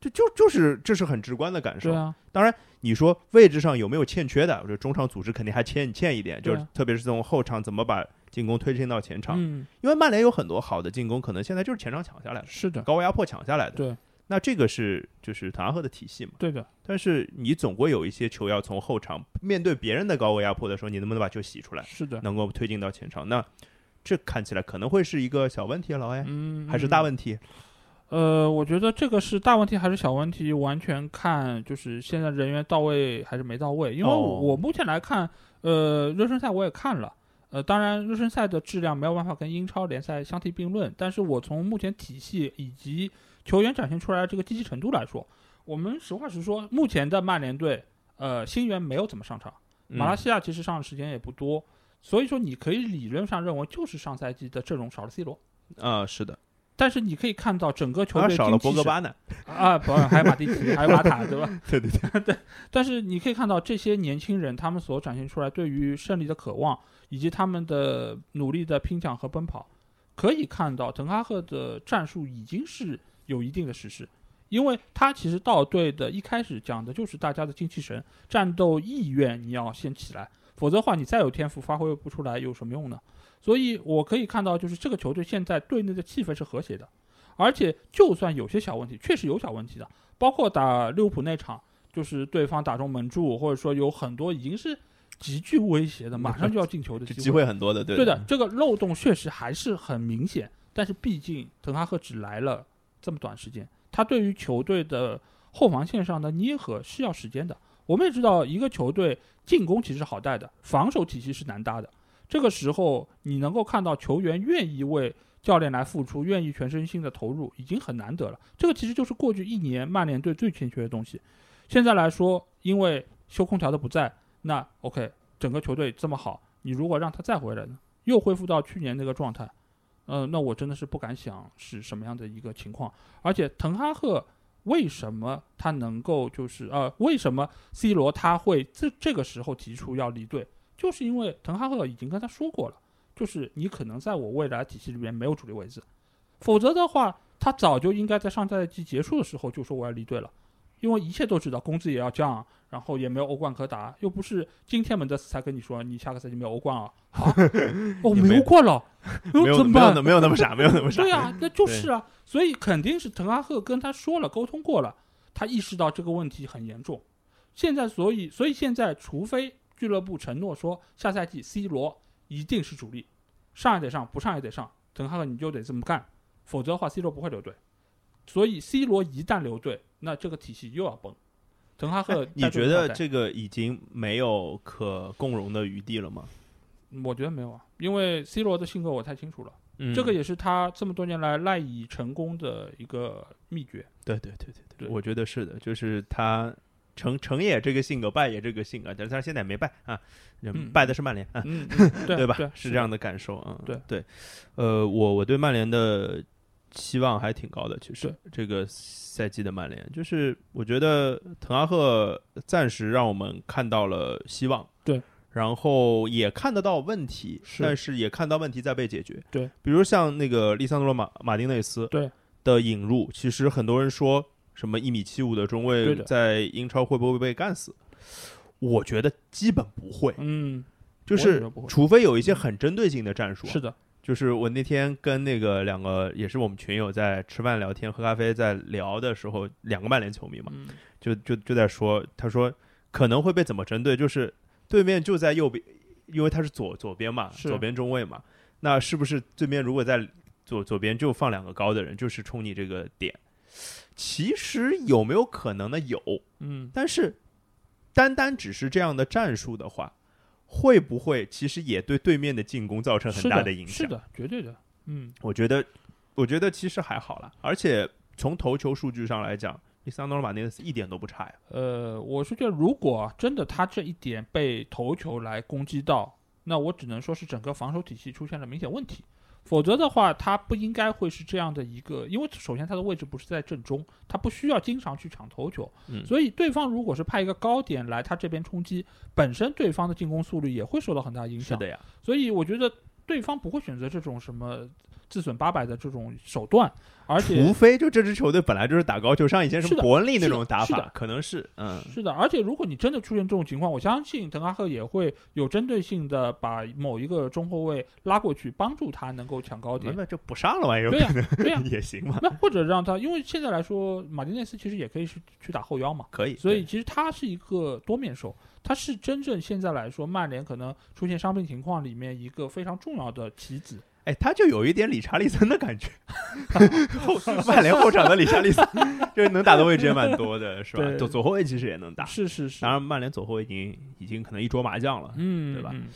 就就就是这是很直观的感受
对。啊，
你说位置上有没有欠缺的？我觉得中场组织肯定还欠欠一点，
对
就
啊
是特别是从后场怎么把进攻推进到前场，
嗯，
因为曼联有很多好的进攻，可能现在就是前场抢下来的，
是的，
高压迫抢下来的。
对，
那这个是就是滕哈赫的体系嘛？
对的，
但是你总归有一些球要从后场面对别人的高位压迫的时候，你能不能把球洗出来，
是的，
能够推进到前场？那这看起来可能会是一个小问题了，哎，
嗯，
还是大
题。
问题？
呃，我觉得这个是大问题还是小问题，完全看就是现在人员到位还是没到位。因为
哦
我目前来看，呃，热身赛我也看了，呃，当然热身赛的质量没有办法跟英超联赛相提并论，但是我从目前体系以及球员展现出来的这个积极程度来说，我们实话实说，目前的曼联队，呃，新援没有怎么上场。马来
嗯
西亚其实上的时间也不多，所以说你可以理论上认为就是上赛季的阵容少了 C 罗，
啊、是的，
但是你可以看到整个球
当然啊
队
少了博
精气
格
神
巴呢。
啊，不，还有马蒂 奇，还有马 塔，对吧？
对对对，
但是你可以看到这些年轻人他们所展现出来对于胜利的渴望，以及他们的努力的拼抢和奔跑，可以看到滕哈赫的战术已经是有一定的实施，因为他其实到队的一开始讲的就是大家的精气神、战斗意愿，你要先起来，否则的话你再有天赋发挥不出来有什么用呢？所以我可以看到，就是这个球队现在队内的气氛是和谐的，而且就算有些小问题，确实有小问题的，包括打利物浦那场，就是对方打中门柱，或者说有很多已经是极具威胁的，马上就要进球的
这
机
机会很多的，对
对的，这个漏洞确实还是很明显，但是毕竟滕哈赫只来了这么短时间，他对于球队的后防线上的捏合是要时间的。我们也知道，一个球队进攻其实好带的，防守体系是难搭的。这个时候，你能够看到球员愿意为教练来付出，愿意全身心的投入，已经很难得了。这个其实就是过去一年曼联队最欠缺的东西。现在来说，因为修空调的不在，那 OK，整个球队这么好，你如果让他再回来呢，又恢复到去年那个状态，呃，那我真的是不敢想是什么样的一个情况。而且滕哈赫为什么他能够就是呃，为什么 C 罗他会这这个时候提出要离队，就是因为滕哈赫已经跟他说过了，就是你可能在我未来体系里面没有主力位置，否则的话，他早就应该在上赛季结束的时候就说我要离队了。因为一切都知道，工资也要降，然后也没有欧冠可打，又不是今天门德斯才跟你说你下个赛季没有欧冠啊， 啊哦，
也没
没欧冠了，哎
没有
怎么
没有
办
那？没有那么傻，没有那么傻。
对啊，那就是啊，所以肯定是滕哈赫跟他说了，沟通过了，他意识到这个问题很严重。现在，所以，所以现在，除非俱乐部承诺说下赛季 C 罗一定是主力，上也得上，不上也得上，滕哈赫你就得这么干，否则的话 C 罗不会留队。所以 C 罗一旦留队，那这个体系又要崩。滕哈赫
哎
带
你
队
觉
不好
得
带
这个已经没有可共荣的余地了吗？
我觉得没有啊，因为 C 罗的性格我太清楚了，
嗯
这个也是他这么多年来赖以成功的一个秘诀。
对对对对
对
我觉得是的，就是他成成也这个性格，败也这个性格，但是他现在没败啊，
嗯
败的是曼联啊，
嗯，嗯对
对吧？
对，
是这样的感受啊。
对
对，呃，我我对曼联的期望还挺高的，其实这个赛季的曼联，就是我觉得滕哈赫暂时让我们看到了希望，
对，
然后也看得到问题，
是
但是也看到问题在被解决，
对，
比如像那个利桑德罗马马丁内斯
对
的引入，其实很多人说什么一米七五的中
对
卫
的
在英超会不会被干死？我觉得基本不会，
嗯，
就
我也觉
是
得不会嗯
除非有一些很针对性的战术啊，
是的，
就是我那天跟那个两个也是我们群友在吃饭聊天喝咖啡在聊的时候，两个曼联球迷嘛，
嗯，
就就就在说，他说可能会被怎么针对，就是对面就在右边，因为他是左左边嘛，
是
左边中卫嘛，那是不是对面如果在左左边就放两个高的人，就是冲你这个点？其实有没有可能呢？有，
嗯，
但是单单只是这样的战术的话，会不会其实也对对面的进攻造成
是
很大影响？
是的，绝对的，嗯，
我觉得，我觉得其实还好啦。而且从头球数据上来讲，利桑德罗马内斯一点都不差呀。
呃，我是觉得如果啊真的他这一点被头球来攻击到，那我只能说是整个防守体系出现了明显问题。否则的话，他不应该会是这样的一个，因为首先他的位置不是在正中，他不需要经常去抢头球，
嗯
所以对方如果是派一个高点来他这边冲击，本身对方的进攻速率也会受到很大影
是
响。
的呀，
所以我觉得对方不会选择这种什么自损八百的这种手段，而
除
且
非就这支球队本来就是打高球，像以前什
是
么
的
伯恩利那
是的
种打
是
法
的，
可能是嗯
是的，而且如果你真的出现这种情况，我相信滕哈赫也会有针对性的把某一个中后卫拉过去，帮助他能够抢高
那
点。
那就不上了嘛，有
对呀、对呀、
也行嘛，
那或者让他，因为现在来说，马丁内斯其实也可以是去打后腰嘛，
可以。
所以其实他是一个多面手，他是真正现在来说曼联可能出现伤病情况里面一个非常重要的棋子。
哎，他就有一点理查利森的感觉， 后曼联后场的理查利森，就是能打的位置也蛮多的，是吧？
对
左左后卫其实也能打，
是是是
当，然曼联左后卫已经已经可能一桌麻将了。
嗯，
对吧
嗯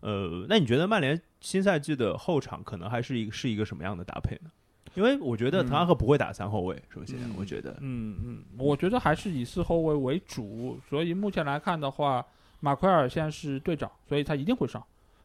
呃，那你觉得曼联新赛季的后场可能还是一个是一个什么样的搭配呢？因为我觉得滕哈赫不会打三后卫，首先
嗯
我觉得
嗯嗯，我觉得还是以四后卫为主，所以目前来看的话，马奎尔现在是队长，所以他一定会上。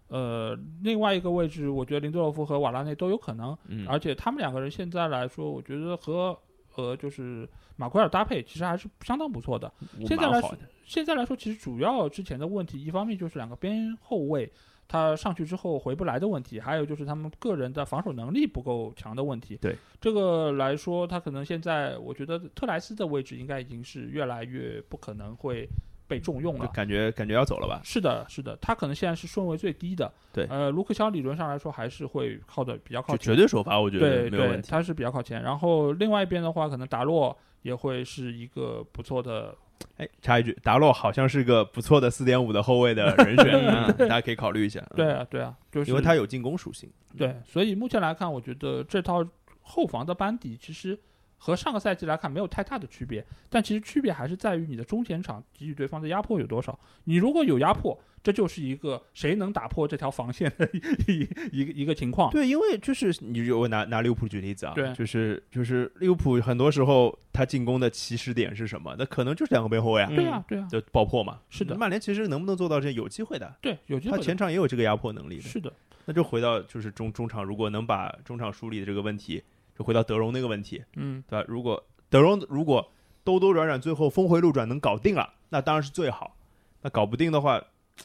呃，另外一个位置，我觉得林德洛夫和瓦拉内都有可能，
嗯
而且他们两个人现在来说，我觉得和呃就是马奎尔搭配其实还是相当不错的。
我
现在
蛮
来
好
说
的
现在来说，其实主要之前的问题，一方面就是两个边后卫他上去之后回不来的问题，还有就是他们个人的防守能力不够强的问题。
对
这个来说，他可能现在我觉得特莱斯的位置应该已经是越来越不可能会被重用
就
了。
感觉感觉要走了吧？
是的，是的，他可能现在是顺位最低的。
对
呃，卢克肖理论上来说还是会靠的比较靠
就
前，
绝对首发，我觉得
对
没有问
对，
题。
他是比较靠前。然后另外一边的话，可能达洛也会是一个不错的，
哎，插一句，达洛好像是个不错的四点五的后卫的人选，嗯大家可以考虑一下。嗯
对，啊对啊，就是
因为他有进攻属性。
对，所以目前来看，我觉得这套后防的班底其实和上个赛季来看没有太大的区别，但其实区别还是在于你的中前场给予对方的压迫有多少。你如果有压迫，这就是一个谁能打破这条防线的 一一个一个情况。
对，因为就是你就我拿拿利物浦举例子啊，
对
就是就是利物浦很多时候他进攻的起始点是什么？那可能就是两个边后卫啊，
对呀、对呀、
就爆破嘛。
嗯是的
曼联其实能不能做到这有机会的，
对，有机
他
会
前
的。
场也有这个压迫能力的。
是的，
那就回到就是中中场，如果能把中场梳理的这个问题，就回到德容那个问题，
嗯，
对吧？如果德容如果兜兜转转，最后峰回路转能搞定了，那当然是最好。那搞不定的话，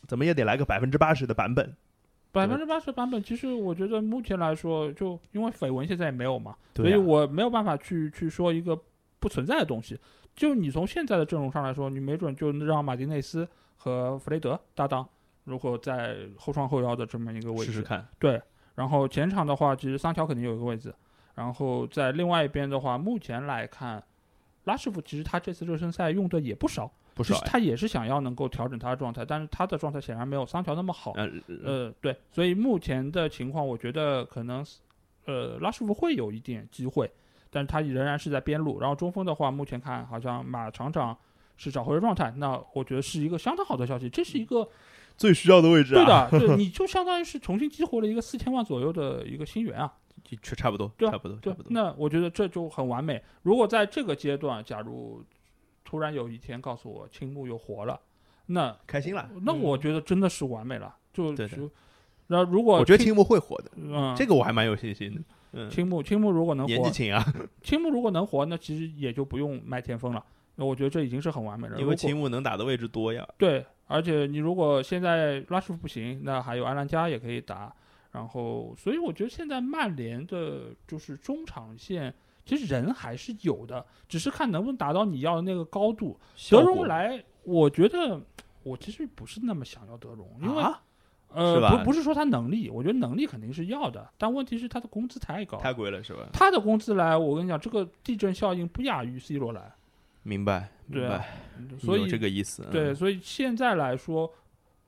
怎么也得来个百分之八十的版本。
百分之八十版本，其实我觉得目前来说，就因为绯闻现在也没有嘛，
对
所以
啊
我没有办法去去说一个不存在的东西。就你从现在的阵容上来说，你没准就让马丁内斯和弗雷德搭档，如果在后双后腰的这么一个位置，
试试看。
对。然后前场的话，其实桑乔肯定有一个位置，然后在另外一边的话，目前来看，拉师傅其实他这次热身赛用的也不少，
不
其
少哎
实他也是想要能够调整他的状态，但是他的状态显然没有桑乔那么好。
哎，呃，
呃，对，所以目前的情况，我觉得可能是，呃，拉什福会有一点机会，但是他仍然是在边路。然后中锋的话，目前看好像马厂长是找回了状态，那我觉得是一个相当好的消息。这是一个
最需要的位置
对
啊，
的， 对，你就相当于是重新激活了一个四千万左右的一个新援啊。
就就差不多，
对啊
差不多，差
对
不，多。
那我觉得这就很完美。如果在这个阶段，假如突然有一天告诉我青木又活了，那
开心了。嗯
那我觉得真的是完美了。就
对的
就，那如果
我觉得
青
青木会火的，
嗯，
这个我还蛮有信心的。嗯，
青木，青木如果能
年纪
活，
轻啊，
青木如果能活，那其实也就不用麦田峰了。那我觉得这已经是很完美了。
因
如
为
果
青木能打的位置多呀。
对，而且你如果现在拉什福不行，那还有安兰加也可以打。然后，所以我觉得现在曼联的就是中场线，其实人还是有的，只是看能不能达到你要的那个高度。德
效
容
果
来，我觉得我其实不是那么想要德容，因为、
啊是吧
呃，不不是说他能力，我觉得能力肯定是要的，但问题是他的工资太高了，
太贵了是吧？
他的工资来，我跟你讲，这个地震效应不亚于 C 罗来，
明白，
对
明
啊
白，
所
有
以
这个意思。嗯
对，，所以现在来说，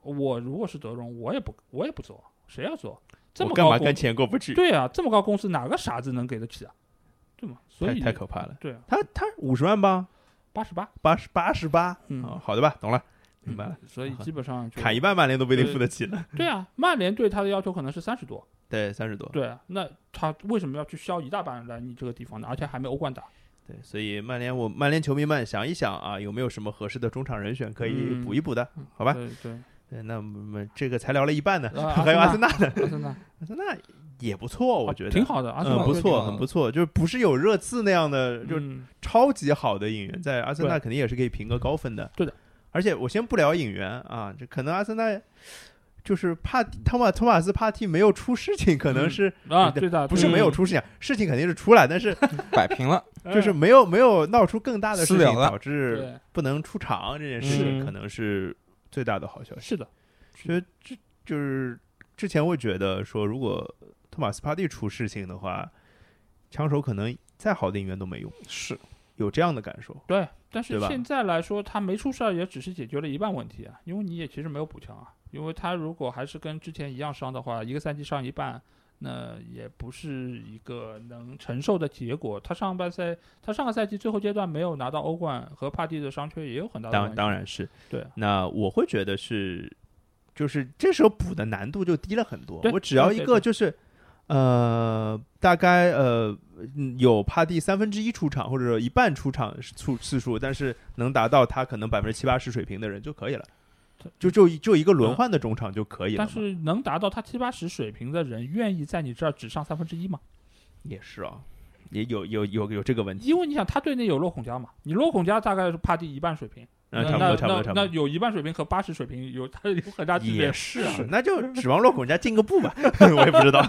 我如果是德容，我也不我也不走，谁要走？这
我
么
干
高
嘛跟
工，
钱过不去？
对啊，这么高工资哪个傻子能给得起啊？对吗？所
太
以
太可怕了。
对啊，
他他五十万吧，
八十八，
八十八十八，
嗯
啊，好的吧，懂了，明白了，
所以基本上就
砍一半曼联都不一定付得起呢。
对啊，曼联对他的要求可能是三十多，
对，三十多。
对啊，那他为什么要去削一大半来你这个地方呢？而且还没欧冠打，
对，所以曼联，我曼联球迷们想一想啊，有没有什么合适的中场人选可以
嗯
补一补的？好吧，
对对，
对，那我们这个才聊了一半呢，
啊
还有阿
阿
森
森
纳呢，
阿森纳啊
阿森纳也不错， 我觉得
挺。好的，阿森
嗯，
纳
不
队
错，
嗯
很不错，就是不是有热刺那样的，就
嗯
超级好的引援，在阿森纳
对
肯定也是可以评个高分的。
对的，
而且我先不聊引援啊，这可能阿森纳就是帕汤马托马斯帕蒂没有出事情，可能
嗯
是、
啊，对的，
不是没有出事情啊，事情肯定是出来，但是
嗯摆平了，
就是
哎
没有没有闹出更大的事
私
情，
了了
导致
是
不能出场这件事情，
嗯
可能是最大的好消息。
是的，
觉得这就是之前会觉得说，如果托马斯帕蒂出事情的话，枪手可能再好的引援都没用，
是
有这样的感受。
对。但是
对吧
现在来说，他没出事儿，也只是解决了一半问题啊，因为你也其实没有补强啊，因为他如果还是跟之前一样伤的话，一个赛季伤一半，那也不是一个能承受的结果。他上半赛，他上个赛季最后阶段没有拿到欧冠，和帕蒂的伤缺也有很大的关
当
系。
当然是
对
那我会觉得是，就是这时候补的难度就低了很多
对。
我只要
对
一
对
个
对
就是，呃，大概呃嗯有帕蒂三分之一出场或者说一半出场次次数，但是能达到他可能百分之七八十水平的人就可以了
对。嗯
就就就一个轮换的中场就可以了
但
嘛。
是能达到他七八十水平的人，愿意在你这儿只上三分之一吗？
也是啊，也有有有有这个问题。
因为你想，他队内有洛孔加嘛，你洛孔加大概是帕蒂一半水平，
嗯，
那
差不多，差不多，差
那那
不
那有一半水平和八十水平有它有很大
多。
区
也
别。
是啊，那就指望洛孔加进个步吧， 我也不知 道。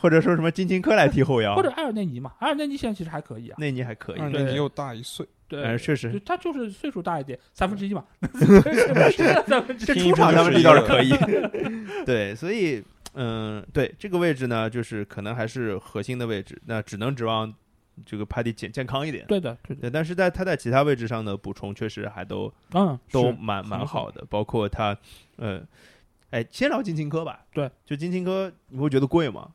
或者说什么金琴科来踢后腰，
啊或者埃尔内尼嘛，埃尔内尼现在其实还可以啊，
内尼还可以
二，
对
年级又大一岁，
嗯，
对，
确实
就他就是岁数大一点，三分之 一嘛，三分之
这
一。
出场他们力倒是可以
听。
对，所以嗯，对这个位置呢，就是可能还是核心的位置，那只能指望这个帕蒂健健康一点。
对的，对的，
对，但是在他在其他位置上的补充，确实还都
嗯，
都
是
蛮蛮
很好
好的，包括他，呃，哎，先聊金琴科吧。
对，
就金琴科，你会觉得贵吗？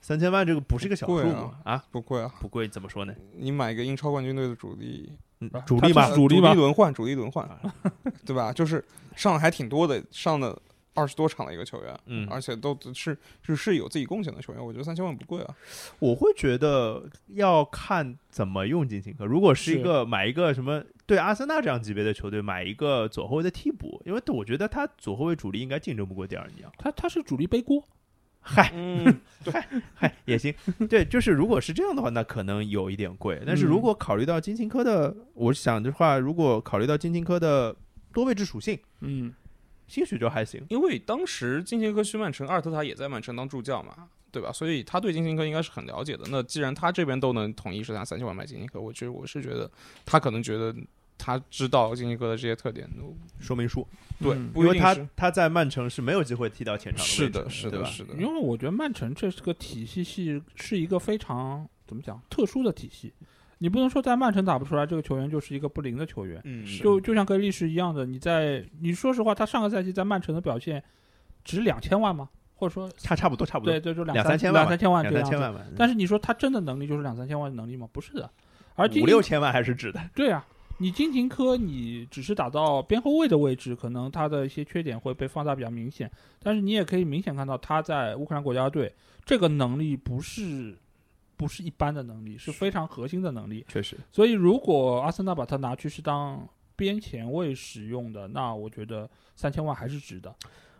三千万这个不是一个小
不
数
贵啊
目啊，
不贵啊，
不贵，怎么说呢？
你买个英超冠军队的主力，
嗯
啊
主
他
力
是
嘛，
呃
主力吧
轮换，主力轮换
啊，
对吧？就是上的还挺多的，上的二十多场的一个球员，
嗯
而且都是是是有自己贡献的球员，我觉得三千万不贵啊。
我会觉得要看怎么用金琴科。如果是一个买一个什么对阿森纳这样级别的球队买一个左后卫的替补，因为我觉得他左后卫主力应该竞争不过第二尼奥，
他他是主力背锅，
嗨
嗯，
嗨也行。对，就是如果是这样的话，那可能有一点贵。但是如果考虑到金琴科的，我想的话，如果考虑到金琴科的多位置属性，
嗯，
兴许就还行。
因为当时金琴科去曼城，阿尔特塔也在曼城当助教嘛，对吧？所以他对金琴科应该是很了解的。那既然他这边都能统一是拿三千万买金琴科，我觉得我是觉得他可能觉得他知道金琴科的这些特点，
说明书，
对，
嗯
不
嗯因
一
为
定
他
是
他在曼城是没有机会踢到前场
是
的位
的，
置
是
对
的，
吧？
是的，
因为我觉得曼城这是个体系是是一个非常怎么讲特殊的体系，你不能说在曼城打不出来，这个球员就是一个不灵的球员。
嗯，
是
就就像跟历史一样的，你在你说实话，他上个赛季在曼城的表现值两千万吗？或者说，
差差不多，差不多
对，对，就
两
三
三千万
两
吧
三千万
两
这
三
样
千
子。
万吧，
但是你说他真的能力就是两三千万的能力吗？不是的，而金
五六千万还是 值的。
对啊，你金琴科你只是打到边后卫的位置，可能他的一些缺点会被放大比较明显，但是你也可以明显看到他在乌克兰国家队这个能力不是不是一般的能力，是非常核心的能力。
确实，
所以如果阿森纳把它拿去是当边前卫使用的，那我觉得三千万还是值的。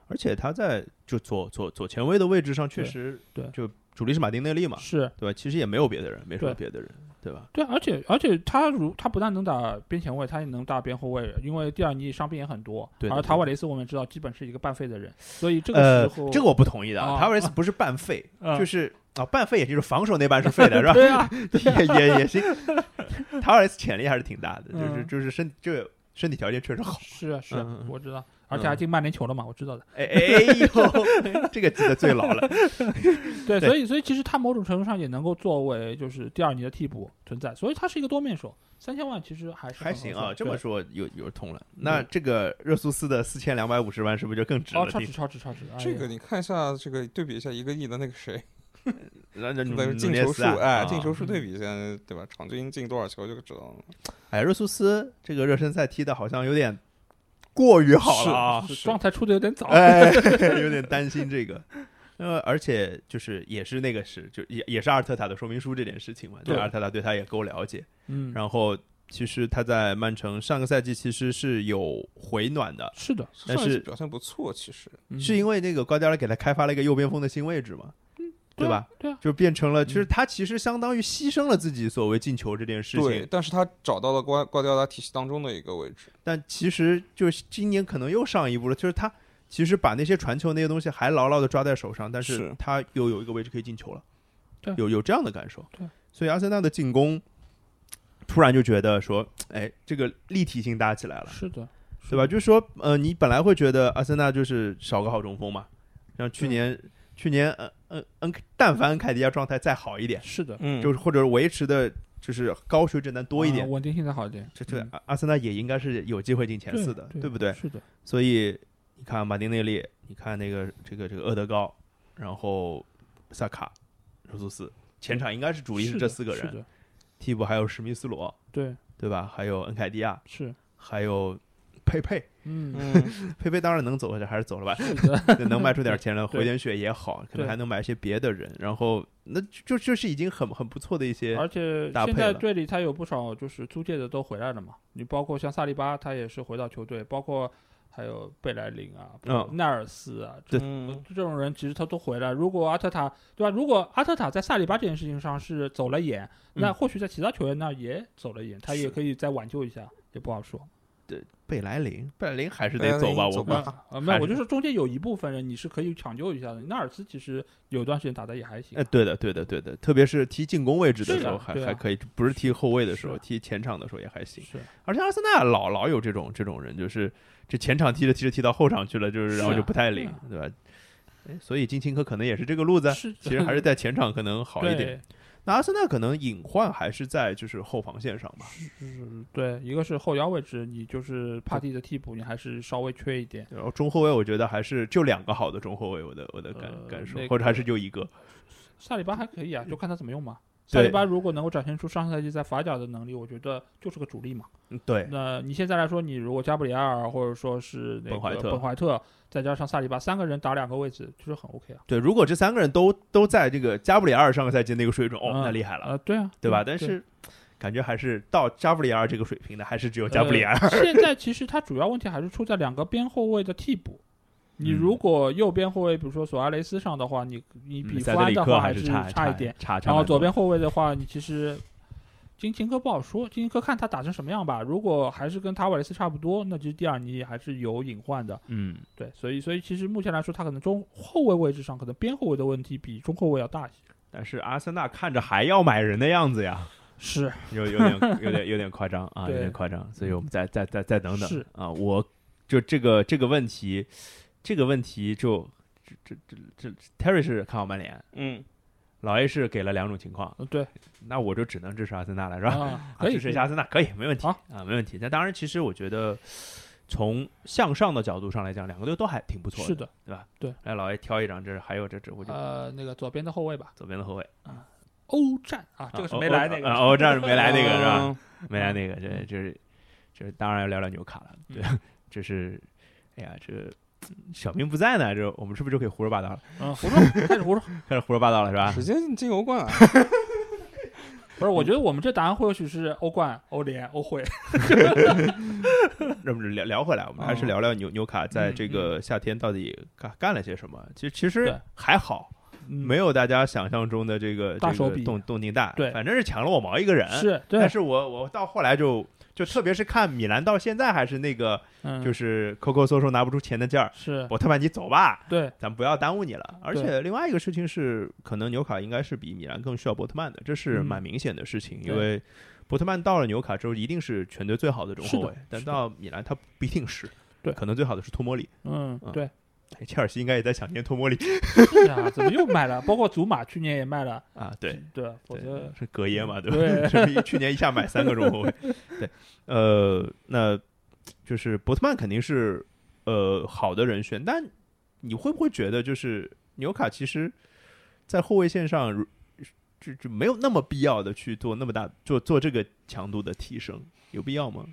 而且他在就左左左前卫的位置上，确
对
实
对
就主力是马丁内利嘛，
是
对吧？其实也没有别的人，没什么
对
别的人，对吧？
对，而且而且他如他不但能打边前卫，他也能打边后卫，因为蒂尔尼伤病也很多，
对对
而
对
塔瓦雷斯我们知道基本是一个半废的人，所以这个
呃
时候、，
这个我不同意的啊，
啊
塔瓦雷斯不是半废，
啊
就是啊半废，也就是防守那半是废的，是吧？
对啊，
也也也行。塔瓦雷斯潜力还是挺大的，就是
嗯
就是身这个身体条件确实好。
是啊是啊
嗯嗯
我知道，而且还进曼联球了嘛，我知道的。
哎哎呦， 这个记得最牢了。
对，
对
所以所以其实他某种程度上也能够作为就是蒂尔尼的替补存在，所以他是一个多面手，三千万其实还是
还
很合
行
算
啊，这么
对
说有有通了。那这个热苏斯的四千两百五十万是不是就更值
哦，
了？
超值超值超值，哎
这
呀
个你看一下，这个对比一下一个亿的那个谁，
那那
对进
努涅
球数
斯啊
哎，
啊
进球数对比一下，对吧？场均进多少球就知道了。
哎，热苏斯这个热身赛踢的好像有点过于好了啊，
是
状态出的有点早。
哎， 有点担心这个。呃，而且就是也是那个是，就也也是阿尔特塔的说明书这件事情嘛，就
对
阿尔特塔对他也够了解。
嗯，
然后其实他在曼城上个赛季其实是有回暖的，
是的，
但
上一
是
次表现不错，其实
嗯
是因为那个瓜迪奥拉给他开发了一个右边锋的新位置嘛，对吧？
对啊，
就变成了，就是他其实相当于牺牲了自己所谓进球这件事
对，
情。
但是他找到了瓜瓜迪奥拉体系当中的一个位置，
但其实就是今年可能又上一步了，就是他其实把那些传球那些东西还牢牢的抓在手上，但是
是
他又有一个位置可以进球了，
对
有有这样的感受。
对，
所以阿森纳的进攻突然就觉得说，哎，这个立体性搭起来了。
是的，
对吧？就是说，呃，你本来会觉得阿森纳就是少个好中锋嘛，像去年，去年，呃，呃，恩，但凡恩凯迪亚状态再好一点，
是的，
嗯
就是或者维持的，就是高水准但多一
啊
点，
稳定性再好一点，
这这
嗯
阿阿森纳也应该是有机会进前四的，
对
不对？
是的，
所以你看马丁内利，你看那个这个这个厄德高，然后萨卡、热苏斯，前场应该是主力
是
是
的
这四个
是
人，
的，
替补还有史密斯罗，
对，
对吧？还有恩凯迪亚，
是，
还有佩佩，
嗯，
嗯，
佩佩当然能走，还是走了吧。
是的，
能卖出点钱了，
对
回点血也好，可能
对
还能买一些别的人，然后那就就是已经很很不错的一些，
而且
搭
现
配
在
了
队里他有不少就是租借的都回来了嘛，你包括像萨利巴，他也是回到球队，包括还有贝莱林啊、
嗯，
奈尔斯啊，
对
嗯
这种人其实他都回来。如果阿特塔对吧？如果阿特塔在萨里巴这件事情上是走了眼，
嗯
那或许在其他球员那儿也走了眼，他也
是
可以再挽救一下，也不好说。
贝莱林，贝莱林还是
贝莱
得
林
走吧，
走
我
吧
们
啊，呃没有，
还
我
是
就说中间有一部分人你是可以抢救一下的。纳尔斯其实有段时间打的也还行
呃，，对的，对的，对的，特别是踢进攻位置的
是
时候
的
还
对啊
还可以，不是踢后卫的时候，
是啊
踢前场的时候也还行。
是
而且阿森纳老老有这种这种人，就是这前场踢着踢着踢到后场去了，就是
是
然后
啊
就不太灵，对吧？哎所以金琴科可能也是这个路子，
是，
其实还是在前场可能好一点。
对。
那阿森纳可能隐患还是在就是后防线上吧。
是，对，一个是后腰位置，你就是帕蒂的替补，你还是稍微缺一点。
然后中后卫，我觉得还是就两个好的中后卫，我的我的感、
呃
感受，
那个
或者还是就一个。
萨里巴还可以啊，就看他怎么用嘛。
嗯对
萨里巴如果能够展现出上赛季在法甲的能力，我觉得就是个主力嘛。
嗯对，
那你现在来说，你如果加布里埃尔或者说是那个
本怀特
本怀特，再加上萨里巴，三个人打两个位置，就是很 OK 啊。
对，如果这三个人都都在这个加布里埃尔上个赛季那个水准，哦，
嗯
那厉害
啊、
了，
对啊，
对吧？
嗯
但是感觉还是到加布里埃尔这个水平的，还是只有加布里埃尔。
呃现在其实他主要问题还是出在两个边后卫的替补。你
嗯
如果右边后卫，比如说索阿雷斯上的话，你你
嗯
比弗
塞德
安
里
的
克
话
还
是
差
差一点，，
差差。
然后左边后卫的话，你其实金琴科不好说，金琴科看他打成什么样吧。如果还是跟塔瓦雷斯差不多，那其实第二你还是有隐患的。
嗯，
对，所以所以其实目前来说，他可能中后卫位置上，可能边后卫的问题比中后卫要大一些。
但是阿森纳看着还要买人的样子呀，
是，
有有点有点有点夸张啊，有
对嗯
点夸张，所以我们再再再再等等
是
啊，我就这个这个问题，这个问题就这这这这这 Terry 是看好曼联，
嗯，
老 A 是给了两种情况，
呃对，
那我就只能支持阿森纳了，是吧？
啊，可以
支持一下阿森纳可以，没问题
好
啊，没问题。那当然，其实我觉得从向上的角度上来讲，两个队都还挺不错
是
的。
的，
来，老 A 挑一张，这是还有这这我就
呃，那个左边的后卫吧，
左边的后卫，
欧战啊，这个是
啊
没来那
啊
个，
哦，这样是没来那个是吧？
嗯？
没来那个，这这是这是当然要聊聊纽卡了，对，
嗯
这是哎呀，这小明不在呢，这我们是不是就可以胡说八道了？
嗯，胡说，开始胡说。
开始胡说八道了是吧？
直接进欧冠啊，
不是，我觉得我们这答案或许是欧冠、欧联、欧会。
那么聊聊回来，我们还是
哦
聊聊纽纽卡在
嗯
这个夏天到底干干了些什么？其实其实
对
还好，没
有
有大家想象中的这个
大
这
手
个
笔
动动静大，
对
反正是抢了我毛一个人。
嗯是，对
但，是我我到后来就就特别是看米兰到现在还是那个
嗯，
就是是抠抠搜搜拿不出钱的劲儿，我特曼你走吧，
对，
咱不要耽误你了。而
对
且另外一个事情是，可能纽卡应该是比米兰更需要波特曼的，这是
嗯
蛮明显的事情，
对
因为波特曼到了纽卡之后，一定是全队最好的中后卫
是的，
但
是的
到米兰他不一定是，
对
可能最好的是托莫里。
嗯
嗯，
对，
哎切尔西应该也在想念托莫 里
是啊，怎么又卖了？包括祖马去年也卖了，
啊，对。
对，否
对
则，
是隔夜嘛，对吧？
对
这 是一去年一下买三个中后卫，对，呃，那就是伯特曼肯定是呃好的人选，但你会不会觉得就是纽卡其实，在后卫线上如就就没有那么必要的去做那么大做做这个强度的提升，有必要吗？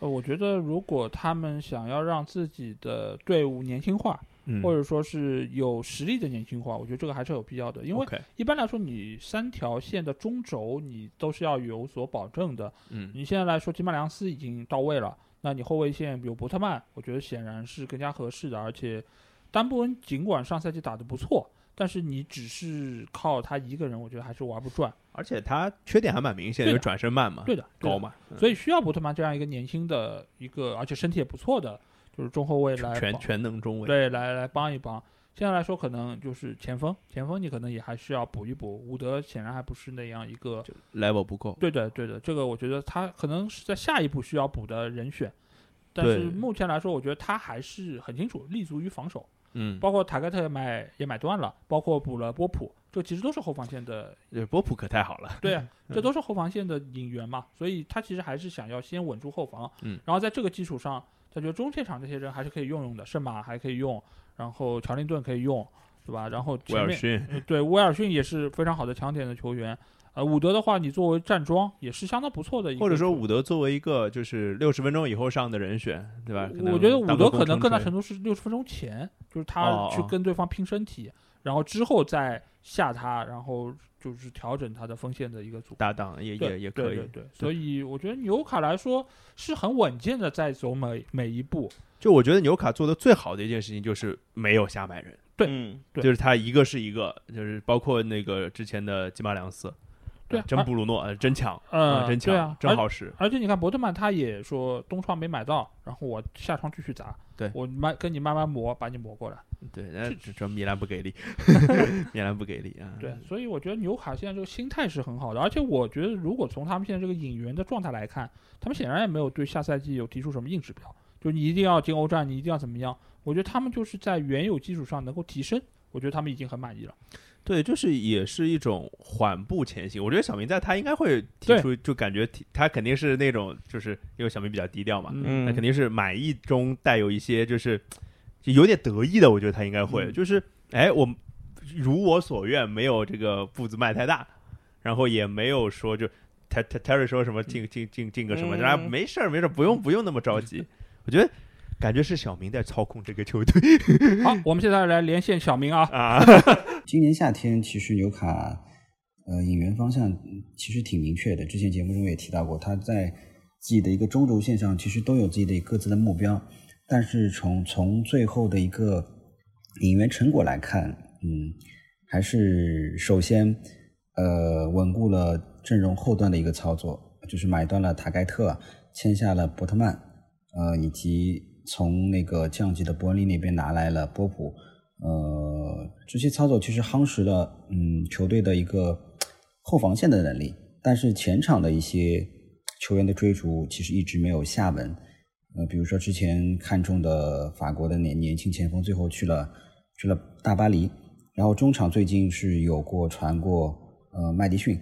呃我觉得如果他们想要让自己的队伍年轻化，
嗯
或者说是有实力的年轻化，我觉得这个还是有必要的，因为
OK，
一般来说，你三条线的中轴你都是要有所保证的。
嗯
你现在来说，基曼良斯已经到位了，那你后卫线有伯特曼，我觉得显然是更加合适的。而且，丹布恩尽管上赛季打得不错，但是你只是靠他一个人，我觉得还是玩不转。
而且他缺点还蛮明显的，
对的
就转身慢嘛，
对的，对的
高嘛，嗯
所以需要伯特曼这样一个年轻的一个，而且身体也不错的，就是中后卫来
嗯全
帮
全能中卫。
对来来帮一帮。现在来说，可能就是前锋，前锋你可能也还需要补一补。伍德显然还不是那样一个，
level 不够，
对的对的，这个我觉得他可能是在下一步需要补的人选。但
对
是目前来说，我觉得他还是很清楚，立足于防守。
嗯，
包括塔盖特也买也买断了，包括补了波普，这其实都是后防线的，
对波普可太好了，
对啊，这都是后防线的引援嘛，所以他其实还是想要先稳住后防，
嗯，
然后在这个基础上，他觉得中前场这些人还是可以用用的，圣马还可以用，然后乔林顿可以用，对吧？然后
威
前
尔
面
逊，
呃对威尔逊也是非常好的强点的球员，呃，伍德的话，你作为站桩也是相当不错的一个，
或者说伍德作为一个就是六十分钟以后上的人选，对吧？可能
我觉得伍
当
德
个
可
攻
能更大
城
程
锤
度是六十分钟前，就是
哦
他去
哦
跟对方拼身体，然后之后再下他，然后就是调整他的锋线的一个组合。
搭档也
对
也也
对
可以
对。对，所以我觉得纽卡来说是很稳健的在走每每一步。
就我觉得纽卡做的最好的一件事情就是没有瞎买人，
对
嗯，
对
就是他一个是一个，就是包括那个之前的基马良斯，
对啊
真布鲁诺呃真强，
呃，
真
对啊
强，，真好使，
而。而且你看伯特曼他也说东窗没买到，然后我下窗继续砸，
对
我慢跟你慢慢磨，把你磨过来。
对，那这这米兰不 给力，米兰不给力啊，
对，所以我觉得纽卡现在这个心态是很好的，而且我觉得如果从他们现在这个引援的状态来看，他们显然也没有对下赛季有提出什么硬指标，就你一定要进欧战，你一定要怎么样？我觉得他们就是在原有基础上能够提升，我觉得他们已经很满意了。
对，就是也是一种缓步前行。我觉得小明在他应该会提
对
出，就感觉提他肯定是那种，就是因为小明比较低调嘛，
嗯
那肯定是满意中带有一些就是就有点得意的，我觉得他应该会，
嗯
就是哎，我如我所愿，没有这个步子迈太大，然后也没有说就 Ter- Ter- Terry 说什么进进进进个什么，
嗯
大家没事儿没事儿，不用不用那么着急。我觉得感觉是小明在操控这个球队
好，我们现在来连线小明啊，
啊，
今年夏天，其实纽卡呃引援方向嗯其实挺明确的，之前节目中也提到过，他在自己的一个中轴线上其实都有自己的各自的目标，但是从从最后的一个引援成果来看，嗯，还是首先呃稳固了阵容后段的一个操作，就是买断了塔盖特，签下了伯特曼，呃，以及从那个降级的伯恩利那边拿来了波普，呃，这些操作其实夯实了嗯球队的一个后防线的能力，但是前场的一些球员的追逐其实一直没有下文。呃，比如说之前看中的法国的年年轻前锋，最后去了去了大巴黎，然后中场最近是有过传过呃麦迪逊，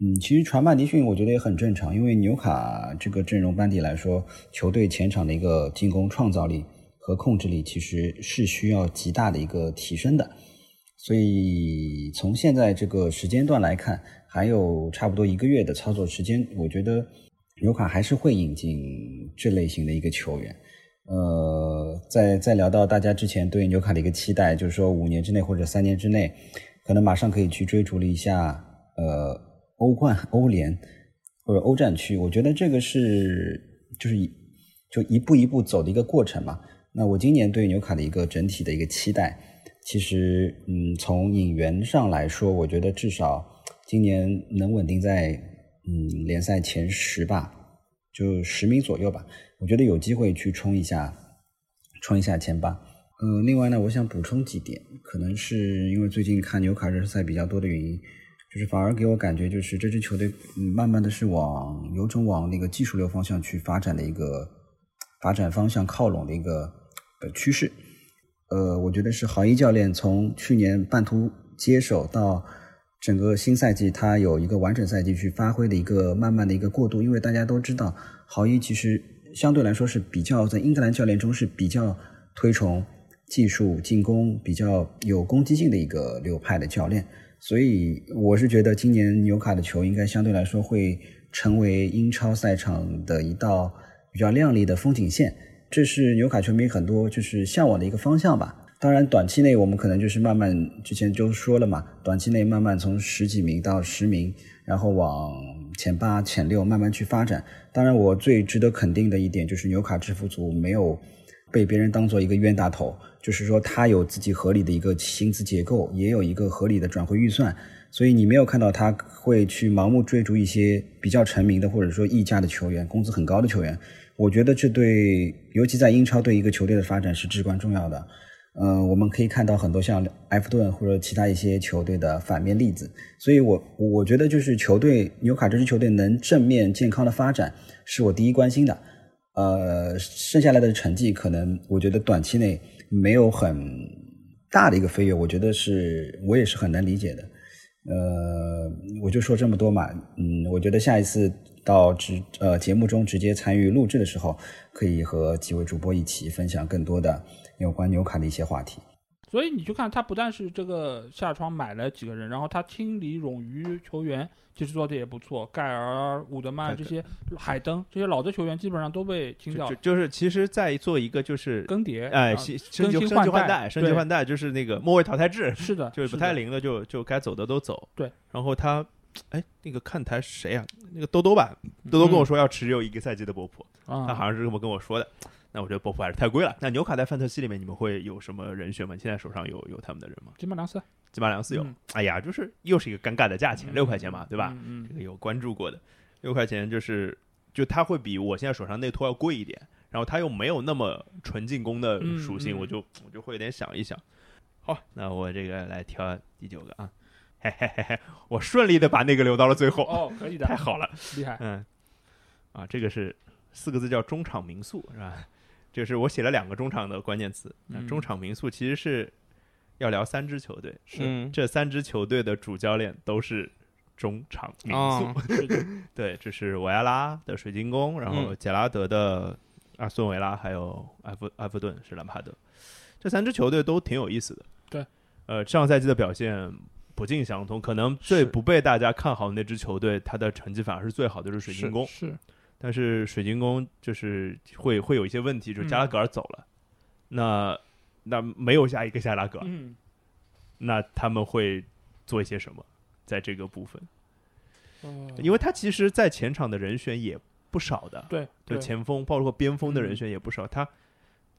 嗯，其实传麦迪逊我觉得也很正常，因为纽卡这个阵容班底来说，球队前场的一个进攻创造力和控制力其实是需要极大的一个提升的，所以从现在这个时间段来看，还有差不多一个月的操作时间，我觉得纽卡还是会引进这类型的一个球员。呃，再再聊到大家之前对纽卡的一个期待，就是说五年之内或者三年之内，可能马上可以去追逐了一下呃欧冠、 欧联或者欧战区。我觉得这个是就是一就一步一步走的一个过程嘛。那我今年对纽卡的一个整体的一个期待，其实嗯，从引援上来说，我觉得至少今年能稳定在嗯联赛前十吧，就十名左右吧。我觉得有机会去冲一下，冲一下前八。呃，另外呢，我想补充几点，可能是因为最近看纽卡热身赛比较多的原因，就是反而给我感觉就是这支球队，嗯，慢慢的是往有种往那个技术流方向去发展的一个发展方向靠拢的一个呃趋势。呃，我觉得是郝一教练从去年半途接手到整个新赛季，他有一个完整赛季去发挥的一个慢慢的一个过渡，因为大家都知道，郝一其实相对来说是比较在英格兰教练中是比较推崇技术进攻比较有攻击性的一个流派的教练，所以我是觉得今年纽卡的球应该相对来说会成为英超赛场的一道比较亮丽的风景线，这是纽卡球迷很多就是向往的一个方向吧。当然，短期内我们可能就是慢慢，之前就说了嘛，短期内慢慢从十几名到十名，然后往前八、前六慢慢去发展。当然，我最值得肯定的一点就是纽卡制服组没有被别人当做一个冤大头，就就是说他有自己合理的一个薪资结构，也有一个合理的转会预算，所以你没有看到他会去盲目追逐一些比较成名的或者说溢价的球员，工资很高的球员。我觉得这对，尤其在英超对一个球队的发展是至关重要的。呃，我们可以看到很多像埃弗顿或者其他一些球队的反面例子，所以我我觉得就是球队纽卡这支球队能正面健康的发展，是我第一关心的。呃，剩下来的成绩可能我觉得短期内没有很大的一个飞跃，我觉得是我也是很难理解的。呃，我就说这么多嘛，嗯，我觉得下一次到直呃节目中直接参与录制的时候，可以和几位主播一起分享更多的有关纽卡的一些话题。
所以你就看他不但是这个下窗买了几个人，然后他清理冗余球员，其实做的也不错。盖尔、伍德曼这些海登这些老的球员基本上都被清掉
就
了，
就是其实在做一个就是
更迭。
哎
啊
新升
更
级
新
升级
换代
代升级
对
换代就是那个末位淘汰制，
是的，
就是是不太
的
灵的就就该走的都走。
对，
然后他，哎，那个看台谁呀、那个兜兜吧，兜兜跟我说要持有一个赛季的波普，他好
嗯啊。
像是这么跟我说的。那我觉得波普还是太贵了。那纽卡在范特西里面，你们会有什么人选吗？现在手上有有他们的人吗？
基本上是
基本上四有。
嗯
哎呀，就是又是一个尴尬的价钱，六块钱嘛，对吧？
嗯
这个有关注过的，六块钱就是就它会比我现在手上那托要贵一点，然后它又没有那么纯进攻的属性，
嗯嗯
我就我就会有点想一想。好，那我这个来挑第九个啊，嘿嘿嘿嘿，我顺利的把那个留到了最后，
哦，可以的
太，好了，
厉害。
嗯，啊，这个是四个字叫中场民宿是吧？这是我写了两个中场的关键词，那
嗯
中场民宿其实是要聊三支球队，
嗯
这三支球队的主教练都是中场民
哦
宿。
啊，
是的
对，这是维埃拉的水晶宫，然
嗯
后杰拉德的阿斯顿维拉，还有埃弗埃弗顿是兰帕德，这三支球队都挺有意思的。
对，
呃，上赛季的表现不尽相同，可能最
是
不被大家看好的那支球队，它的成绩反而是最好的，就是水晶宫。
是
但是水晶宫就是会会有一些问题，就是加拉格尔走了，那那没有下一个加拉格尔，
嗯，
那他们会做一些什么在这个部分？
哦
因为他其实，在前场的人选也不少的，
对
对
对
前锋，包括边锋的人
嗯
选也不少。他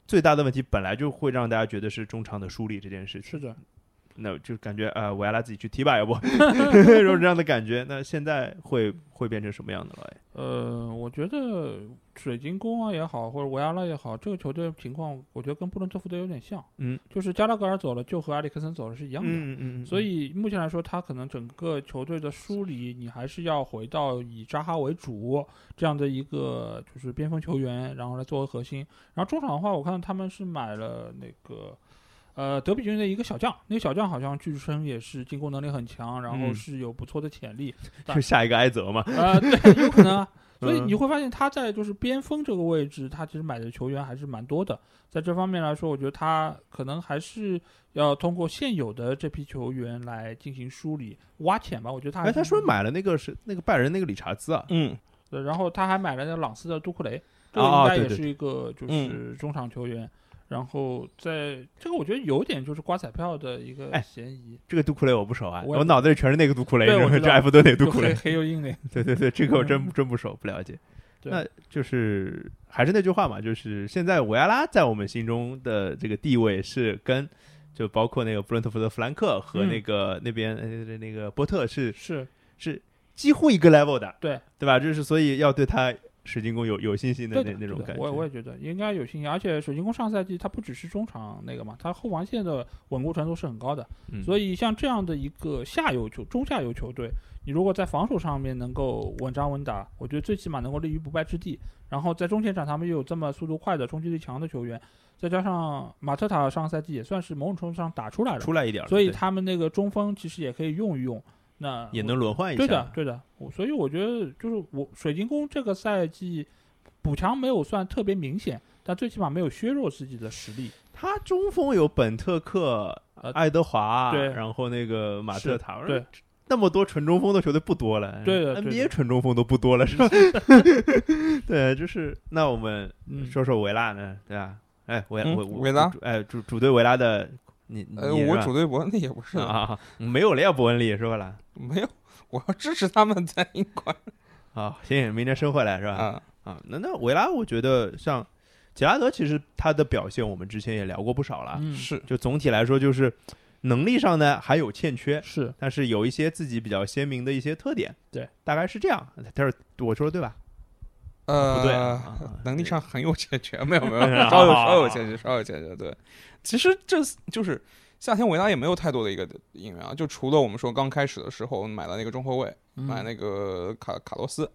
最大的问题本来就会让大家觉得是中场的梳理这件事情，
是的，
那就感觉啊，维埃拉自己去踢吧， 要不 就是这样的感觉。那现在会会变成什么样的了？哎
呃，我觉得水晶宫啊也好，或者维埃拉也好，这个球队情况，我觉得跟布伦特福德有点像，
嗯，
就是加拉格尔走了，就和埃里克森走了是一样的。
嗯嗯
所以目前来说，他可能整个球队的梳理，你还是要回到以扎哈为主这样的一个就是边锋球员，然后来作为核心。然后中场的话，我看到他们是买了那个呃德比郡的一个小将，那个小将好像据称也是进攻能力很强，然后
嗯
是有不错的潜力。
就下一个埃泽 嘛，
啊，对，有可 能啊。所以
嗯
你会发现他在就是边锋这个位置，他其实买的球员还是蛮多的。在这方面来说，我觉得他可能还是要通过现有的这批球员来进行梳理、挖潜吧。我觉得他还
哎，
是
他说买了那个是那个拜仁那个理查兹啊，
嗯
对，然后他还买了那朗斯的杜库雷，这个
啊
应
啊
该
对
也
对
是一个就
嗯
是中场球员。然后在这个我觉得有点就是刮彩票的一个
哎
嫌疑，
这个杜库雷我不熟啊，
我也不
我脑子里全是那个杜库雷，
对我知道
这埃弗顿那个杜
就
库
黑
雷，
黑 又硬的。
对对对，这个我真真不熟，不了解。
嗯对
那就是还是那句话嘛，就是现在维埃拉在我们心中的这个地位是跟就包括那个布伦特福德弗兰克和
嗯
那个、那边呃那个波特是
是，
是几乎一个 level 的，
对
对吧？就是所以要对他水晶宫有有信心的那
对的
那种
对的
感觉。
我我也觉得应该有信心，而且水晶宫上赛季他不只是中场那个嘛，他后防线的稳固程度是很高的，
嗯
所以像这样的一个下游球中下游球队，你如果在防守上面能够稳扎稳打，我觉得最起码能够立于不败之地。然后在中前场他们又有这么速度快的冲击力强的球员，再加上马特塔上赛季也算是某种程度上打出来了，
出来一点了，
所以
对
他们那个中锋其实也可以用一用。那
也
我
能轮换一下。
对的，对的。我所以我觉得就是我水晶宫这个赛季补强没有算特别明显，但最起码没有削弱自己的实力。
他中锋有本特克、
呃
爱德华，
对
然后那个马特塔，
对，
那么多纯中锋的球队不多了，
对的对
n b a
的
纯中锋都不多了， 是吧？对，就是那我们
嗯
说说维拉呢，对吧？哎，维
嗯
维
维拉，
哎主主队维拉的你，你
呃，
也
我
是吧
主队伯恩利也不是
啊啊，啊没有雷亚伯恩利是吧？啦
没有，我要支持他们在英冠
啊，行，明天升回来是吧？
啊，
啊，那那维拉，我觉得像杰拉德其实他的表现我们之前也聊过不少了，
嗯，
是
就总体来说就是能力上呢还有欠缺，
是
但是有一些自己比较鲜明的一些特点。
对，
大概是这样。但是我说的对吧？
呃
不对啊啊
能力
对
上很有欠缺，没有没有
啊，
稍有稍有欠缺，稍有欠缺。对，其实这就是夏天维拉也没有太多的一个引援啊，就除了我们说刚开始的时候买了那个中后卫，
嗯
嗯
买那个卡卡洛斯，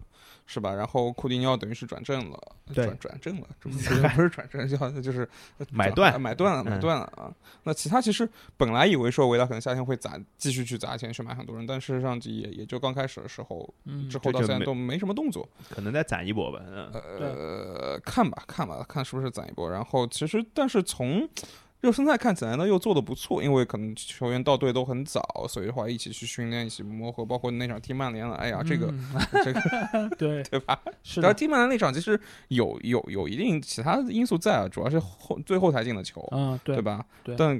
是吧？然后库蒂尼奥等于是转正了，
对
转转正了， 这不是不是转正，叫就是
买
转
断
啊买断了，买
嗯
断了啊。那其他其实本来以为说维拉可能夏天会砸继续去砸钱去买很多人，但事实上也也就刚开始的时候，
嗯
之后到
就
现在
没
都没什么动作。
可能再攒一波吧。嗯，
呃，看吧，看吧，看是不是攒一波。然后其实，但是从热身赛看起来呢，又做的不错，因为可能球员到队都很早，所以的话一起去训练，一起磨合，包括那场踢曼联了，哎呀，这个、
嗯
这个
嗯对
对吧？
是
嗯然后
的，
踢曼联那场其实有有有一定其他因素在啊，主要是后最后才进的球，
啊
嗯对
对吧？
对
但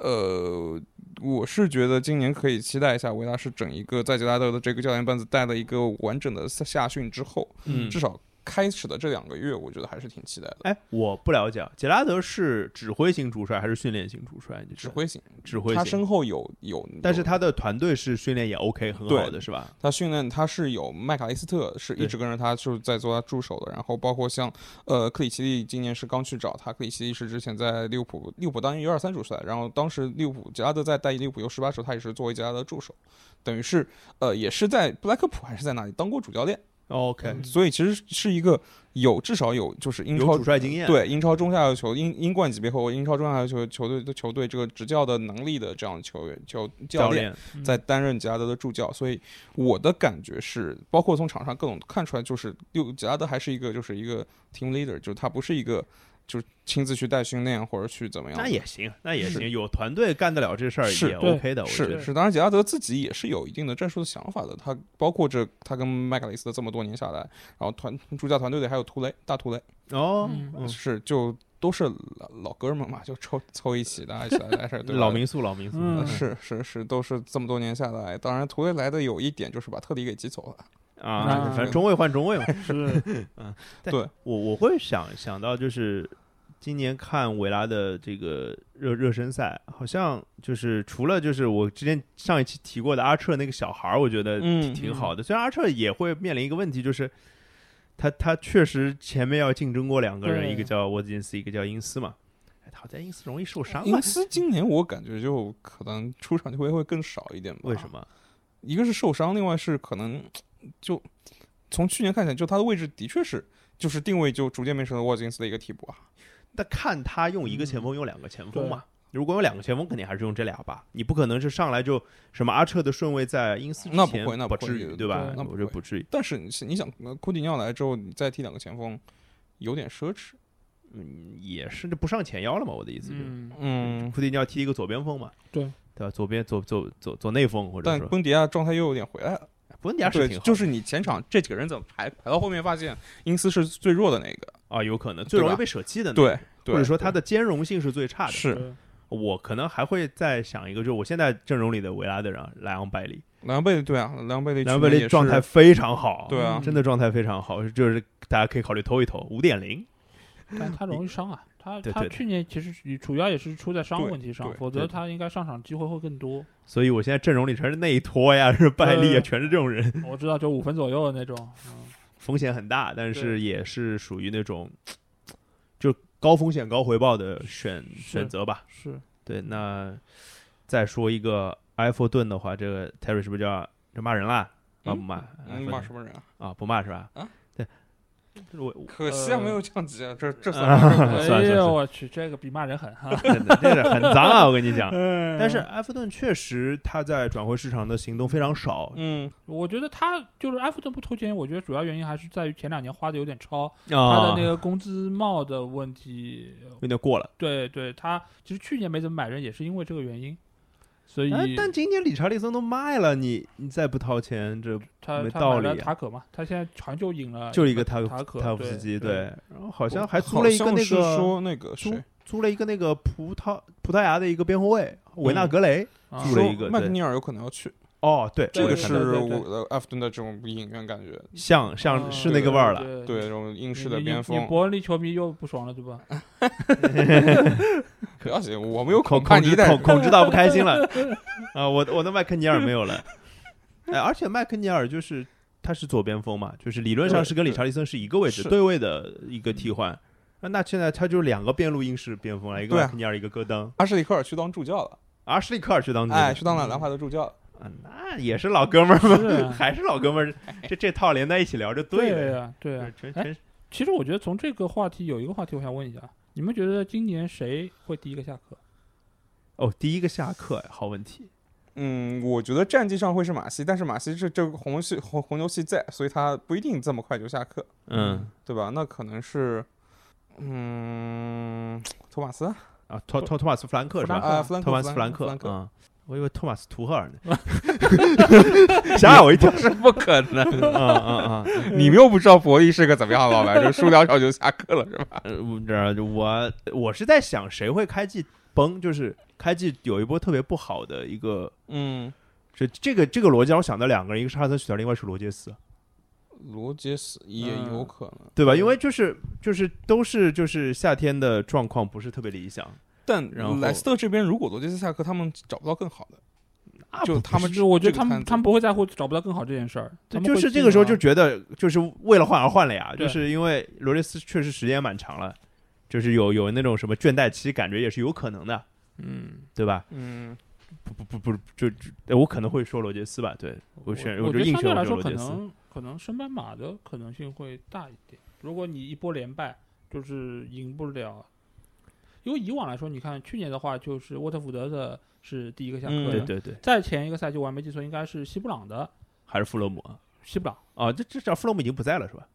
呃，我是觉得今年可以期待一下维拉是整一个在杰拉德的这个教练班子带了一个完整的夏训之后，
嗯
至少开始的这两个月，我觉得还是挺期待的。
哎，我不了解啊，杰拉德是指挥型主帅还是训练型主帅？你知
指
道
挥型，
指挥
他
型，
身后有有，
但是
有
他的团队是训练也 OK 很好的是吧？
他训练他是有麦卡雷斯特是一
对
直跟着他，就是在做他助手的。然后包括像呃克里奇利今年是刚去找他，克里奇利是之前在利物浦利物浦担任 U 二三主帅，然后当时利物浦杰拉德在带利物浦 U 十八时候，他也是作为杰拉德助手，等于是呃也是在布莱克普还是在哪里当过主教练，
OK，
所以其实是一个有至少有就是英
嗯有
嗯超
主帅经验。，
对英超中下游球英英冠级别后英超中下游球球队的球队这个执教的能力的这样的球员球
教
教练。
练
嗯
在担任杰拉德的助教，所以我的感觉是，包括从场上各种看出来，就是六杰拉德还是一个就是一个 team leader，就是他不是一个就是亲自去带训练或者去怎么样的。
那也行，那也
是
行，有团队干得了这事儿
是
也 OK 的，我觉
是
得。
是，当然杰拉德自己也是有一定的战术的想法的。他包括这他跟麦克雷斯特这么多年下来，然后团助教团队里还有图雷大图雷，
哦，
嗯
嗯
是就都是老老哥们儿嘛，就凑凑一起大家一起来来事儿，对吧
老民宿，老民宿。
嗯
呃是是是，都是这么多年下来。当然图雷来的有一点就是把特里给挤走了。
啊，
啊
反正中卫换中 卫嘛。
是
我我会想想到就是今年看维拉的这个热热身赛，好像就是除了就是我之前上一期提过的阿彻那个小孩儿，我觉得挺
嗯
挺好的。虽然阿彻也会面临一个问题，就是他他确实前面要竞争过两个人，
对
一个叫沃金斯，一个叫因斯嘛。哎，好在因斯容易受伤嘛
因？斯今年我感觉就可能出场机会会更少一点吧。
为什？么？
一个是受伤，另外是可能就从去年看起来，就他的位置的确是就是定位就逐渐变成了沃金斯的一个替补啊。
那看他用一个前锋，用两个前锋
对
嘛。如果有两个前锋，肯定还是用这俩吧。你不可能是上来就什么阿彻的顺位在因斯之前，
那不会那不
至
会
于对吧
对？
那不
我觉得
会
不至于。
但是你是你想，呃库蒂尼奥来之后，你再踢两个前锋，有点奢侈。
嗯，也是这不上前腰了嘛，我的意思就是，
嗯
嗯，
库蒂尼奥踢一个左边锋嘛，
对
对吧？左边左左左左内锋，或者
但
说
温迪亚状态又有点回来了。
布恩迪亚是
对
挺，好的，
就是你前场这几个人怎么排排到后面，发现因斯是最弱的那个。
啊，有可能最容易
对吧
被舍弃的那个，
对，对
嗯或者说他的兼容性是最差的。
是
我可能还会再想一个，就是我现在阵容里的维拉德让莱昂拜利，
莱昂贝利，对啊，莱昂贝利去
莱昂拜
年
利
也
状
是
态非常好，
对啊
嗯，
真的状态非常好，就是大家可以考虑投一投五点零。
但他容易伤啊，他
对
他
对
去年其实主要也是出在伤
对
问题上
对，
否
对
则他应该上场机会会更多。
所以我现在阵容里全是内托呀，是拜利啊，
呃
全是这种 人，
我知道，就五分左右的那种，嗯
风险很大，但是
对
也是属于那种就高风险高回报的选
是
选择吧。
是
对，那再说一个埃弗顿的话，这个 Terry 是不是就要就骂人啦？骂
嗯
不骂？
嗯骂什么人啊？
么啊？不骂是吧？
啊，
对，就是我
可惜啊，
呃
没有降级啊，这 这
啊
算
算了算
哎
了算
呦
了
我去，这个比骂人狠哈。
真的这个很脏啊，我跟你讲。
但
但是埃弗顿确实他在转会市场的行动非常少
嗯，
我觉得他就是埃弗顿不投钱，我觉得主要原因还是在于前两年花的有点超，他
啊
的那，个工资帽的问题。
有点过了。
对对，他其实去年没怎么买人，也是因为这个原因。所以
哎，但今年理查利森都卖了，你你再不掏钱，这
他
没
他
道
买了
理啊
塔可嘛，他现在好像就引了
就一个塔
塔可
塔夫
对
斯基
对，
然后好像
我
还租
好
了一个
像
那
是
个
说那个
租
谁，
租了一个那个葡萄葡萄牙的一个边后卫维纳格雷，
啊
租了一个
说麦克
对
尼尔有可能要去，
哦，对，
这
我
个
有看到
是
对对对
我的埃弗顿的这种影院感觉，
像
啊
像是那个味儿了。
对
对，这种英
你
式的
你
边
你
锋。
伯恩利球迷又不爽了，对吧？
不要紧，我没有
孔
恐怕
孔
你
知
得
孔孔知道不开心 了啊！我我的麦克尼尔没有了，哎，而且麦克尼尔就是他是左边锋嘛，就是理论上
对
是跟理查利森是一个位置
是
对位的一个替换。那那现在他就两个边路英式边锋了，一个
对啊
麦克尼尔，一个戈登，
阿什利科尔去当助教了，
阿什利科尔去当主
哎，去当了兰帕德助教了。
啊那也是老哥们儿嘛，
是 啊
还是老哥们儿，这这套连在一起聊就了
呀、
呀。
啊
对呀、
真
哎
真是
其实我觉得从这个话题有一个话题，我想问一下，你们觉得今年谁会第一个下课？
哦，第一个下课，哎好问题。
嗯，我觉得战绩上会是马西，但是马西这这个红牛系红红牛系在，所以他不一定这么快就下课，
嗯
对吧？那可能是，嗯，托马斯啊，
啊，托托托马斯弗兰克是吧？
啊
弗兰克，
托马斯
弗
弗兰克
克，克，
啊， 我以为托马斯图赫尔呢， 吓我一跳。
这不可能，
嗯嗯嗯
你们又不知道博弈是个怎么样的老 板，就输两场就下课了是吧？
呃，我这我我是在想谁会开季崩，就是开季有一波特别不好的一个，
嗯，
这这个这个逻辑让我想到两个人，一个是哈森许特，另外是罗杰斯，
罗杰斯也有可能，
对吧？因为就是就是都是就是夏天的状况不是特别理想，然后
但莱斯特这边如果罗杰斯下课，他们找不到更好的，就他们
啊不是我觉得
这个
他们
摊子
他们不会在乎找不到更好这件事儿，他
对，
们
就
会
是
进
这个时候
啊
就觉得就是为了换而换了呀，
对
就是因为罗杰斯确实时间也蛮长了，就是有有那种什么倦怠期，感觉也是有可能的，
嗯，
对吧？
嗯，
不不不不就就呃我可能会说罗杰斯吧，对我选
我
就
觉得
硬
相
选
对来
我就
说
罗
可
杰斯。
能可能升班马的可能性会大一点。如果你一波连败，就是赢不了。因为以往来说，你看去年的话，就是沃特福德的是第一个下课
嗯
的，
对对对，
再前一个赛季我还没记错，应该是西布朗的
还是弗洛姆啊？
西布朗，
啊，这这这弗洛姆已经不在了是吧？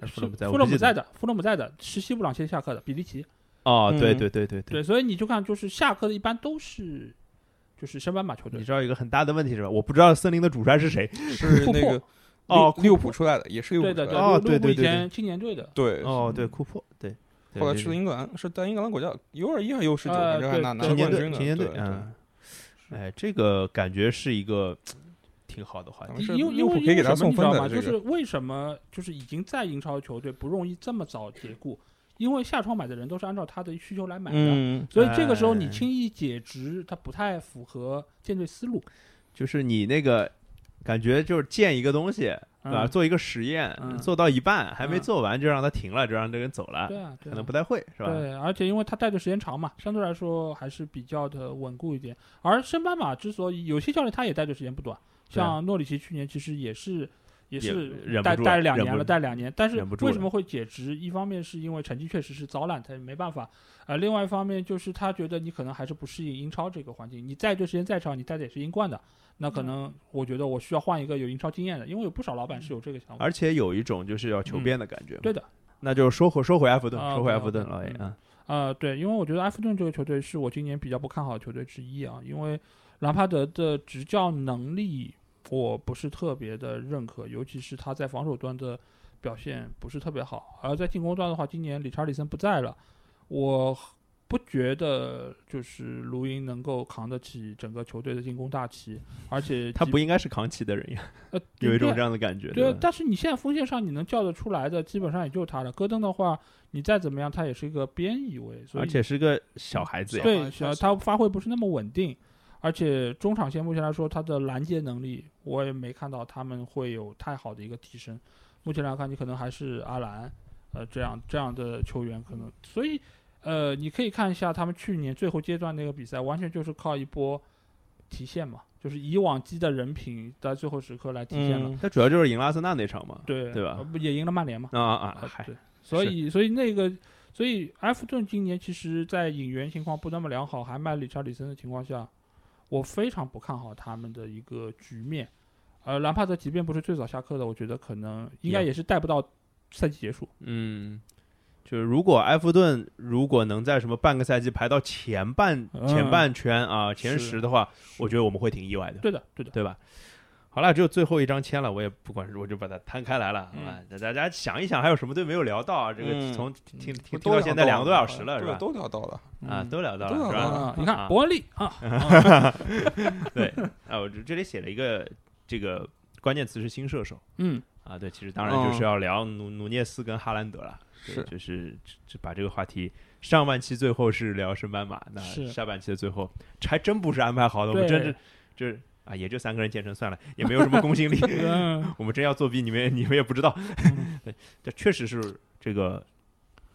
还是弗
是
洛姆在？
弗
我
洛
不
姆
记得
在的，弗洛姆在的是西布朗先下课的，比利奇。
哦，对
嗯
对对对对。
对，所以你就看，就是下课的一般都是就是升班马球
你
队，
知道一个很大的问题是吧？我不知道森林的主帅是谁。
是
库
那
珀
个
哦
利利物浦出来的，也是利物浦
对
出
的，对
来的，
哦
的，
对
利物浦
对
以
对对
前青年队的，
对，
哦，
嗯
对，库珀，对。对
后来
对
去了
对
英格兰，是在英格兰国家 U 二一还是 U 十九，
啊
反正还
对
拿拿
青
对
了
年
冠
队，
军呢。
青年队
对，对
嗯，哎，这个感觉是一个挺好的话
咱
题。
们是
因为
利
因
物
为
浦可以给他
什么
送
你知
分
道
的
吗？
这
就
个
是为什么就是已经在英超的球队不容易这么早解雇，因为下窗买的人都是按照他的需求来买的，
嗯，
所以这个时候你
哎
轻易解职，它不太符合舰队思路。
就是你那个感觉就是建一个东西，对
啊
吧？
嗯
做一个实验
嗯，
做到一半还没
嗯
做完就让他停了，就让这个人走了
对，啊，
可
对啊
能不太会，是吧？
对，而且因为他带的时间长嘛，相对来说还是比较的稳固一点。而升班马之所以有些教练他也带队时间不短，
对啊
像诺里奇去年其实也是也是
忍不
带
住
带
了
两
忍
年
不
了，带两年，但是
忍不住
为
了
什么会解职？一方面是因为成绩确实是早揽，他也没办法；呃，另外一方面就是他觉得你可能还是不适应英超这个环境，你带队时间再长，你带的也是英冠的。那
嗯
可能我觉得我需要换一个有英超经验的，因为有不少老板是有这个想法。
而且有一种就是要求变的感觉。
哦嗯对的，
那就说回说回埃弗顿，
啊
说回埃
OK，OK，
弗顿老爷
嗯
啊，
呃，对，因为我觉得埃弗顿这个球队是我今年比较不看好的球队之一啊，因为兰帕德的执教能力我不是特别的认可，尤其是他在防守端的表现不是特别好，而在进攻端的话，今年理查里森不在了，我不觉得就是卢因能够扛得起整个球队的进攻大旗，而且
他
即
不应该是扛旗的人呀，
呃
有一种
对
这样的感觉。
对啊，
吧
但是你现在锋线上你能叫得出来的，基本上也就他了。戈登的话，你再怎么样，他也是一个边翼位，所以
而且是个小孩子呀。
小孩
对，
确
小
实
他发挥不是那么稳定，而且中场线目前来说，他的拦截能力我也没看到他们会有太好的一个提升。目前来看，你可能还是阿兰，呃，这样这样的球员可能，所以呃，你可以看一下他们去年最后阶段那个比赛，完全就是靠一波提现嘛，就是以往积的人品在最后时刻来提现了。
嗯，
他主要就是赢拉森纳那场嘛。
对
对吧
呃不也赢了曼联嘛？
啊啊啊！
啊
嗨，
对，所
是
以所以那个，所以埃弗顿今年其实，在引援情况不那么良好，还卖理查里森的情况下，我非常不看好他们的一个局面。呃，兰帕德即便不是最早下课的，我觉得可能应该
也
也是带不到赛季结束。
嗯，就是如果埃弗顿如果能在什么半个赛季排到前半
嗯
前半圈啊前
是
十的话，我觉得我们会挺意外的，
对的，对的。
对吧？好了，只有最后一张签了，我也不管，我就把它摊开来了
嗯
啊！大家想一想，还有什么队没有聊到啊？这个
嗯
从听听
都
到
聊啊
现在两个多小时了，是
对，
吧？
都聊到了，
啊，
嗯
都聊到
都
了，
聊
是
到
吧
了？
啊，你看
啊
伯恩利啊，
对，啊，我这这里写了一个这个关键词是新射手
嗯，
啊，对，其实当然就是要聊努努涅斯跟哈兰德了，对
哦是
就是这这把这个话题上半期最后是聊升班马，那
是
下半期的最后这还真不是安排好的，我们真
对
是就是啊，也就三个人见成算了，也没有什么公 信力，
嗯
我们真要作弊，你们也 你们也不知道， 对，这确实是这个。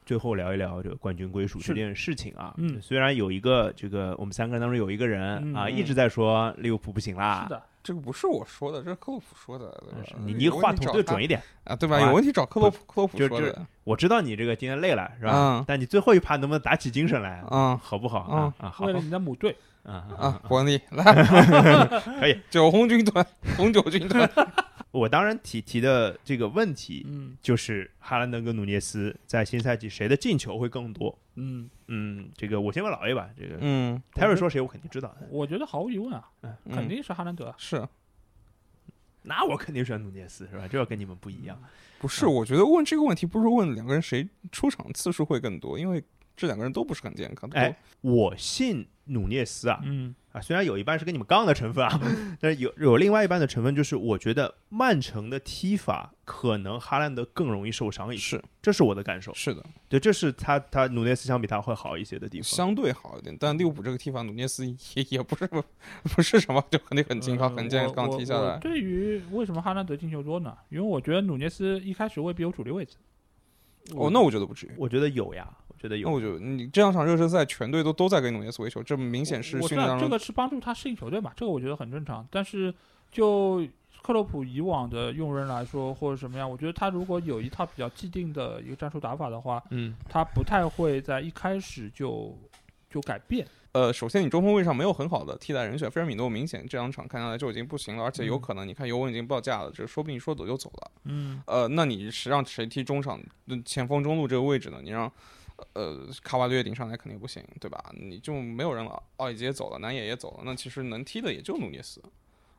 最后聊一聊这个冠军归属
是
这件事情啊，
嗯
虽然有一个这个我们三个人当中有一个人、
嗯
啊
嗯
一直在说利物浦不行啦，
是的，
这个不是我说的，这是克洛普说的，对
嗯
吧
是你
呃有
你
问
话
题
筒
找
对
他
准一点。
啊，对吧？
好吧
有问题找克洛普克洛普
就
说
就
的
我知道你这个今天累了是吧？
嗯
但你最后一盘能不能打起精神来，
啊
好不好？啊啊，好
嗯为了你的母队，
啊
啊
啊！，，
伯恩利来
可以，
九红军团，红九军 团，
我当然提提的这个问题
嗯
就是哈兰德跟努涅斯在新赛季谁的进球会更多？
嗯，
嗯，这个我先问老 A 吧。这个
嗯，
泰瑞说谁我肯定知道，
我觉得毫无疑问啊，
嗯
肯定是哈兰德啊，
是
那我肯定选努涅斯是吧？这要跟你们不一样。
不是？
嗯
我觉得问这个问题不是问两个人谁出场次数会更多，因为这两个人都不是很健康。都
哎，我信努涅斯啊，
嗯
啊，虽然有一半是跟你们杠的成分啊，
嗯
但是有有另外一半的成分，就是我觉得曼城的踢法可能哈兰德更容易受伤一些，
是
这是我的感受。
是的，
对，这是他他努涅斯相比他会好一些的地方。
相对好一点，但利物浦这个踢法，努涅斯也也不是不是什么，就肯定很健康，
呃
很健
我
康
我
踢下
我
来。
对于为什么哈兰德进球多呢？因为我觉得努涅斯一开始未必有主力位置，
哦，那我觉得不至于。
我觉得有呀，我觉得有。
那我觉得你这两场热身赛，全队都都在给努涅斯维球，这明显是
我
训
知道
练当
这
中
个是帮助他适应球队嘛，这个我觉得很正常。但是就克洛普以往的用人来说，或者什么样，我觉得他如果有一套比较既定的一个战术打法的话，
嗯，
他不太会在一开始就就改变。
呃，首先你中锋位上没有很好的替代人选，菲尔米诺明显这两场看下来就已经不行了，而且有
嗯
可能你看尤文已经报价了，这说不定说走就走了。
嗯，
呃，那你是让谁踢中场、嗯前锋、中路这个位置呢？你让呃卡瓦略顶上来肯定不行，对吧？你就没有人了，奥里吉也走了，南野也走了，那其实能踢的也就努涅斯。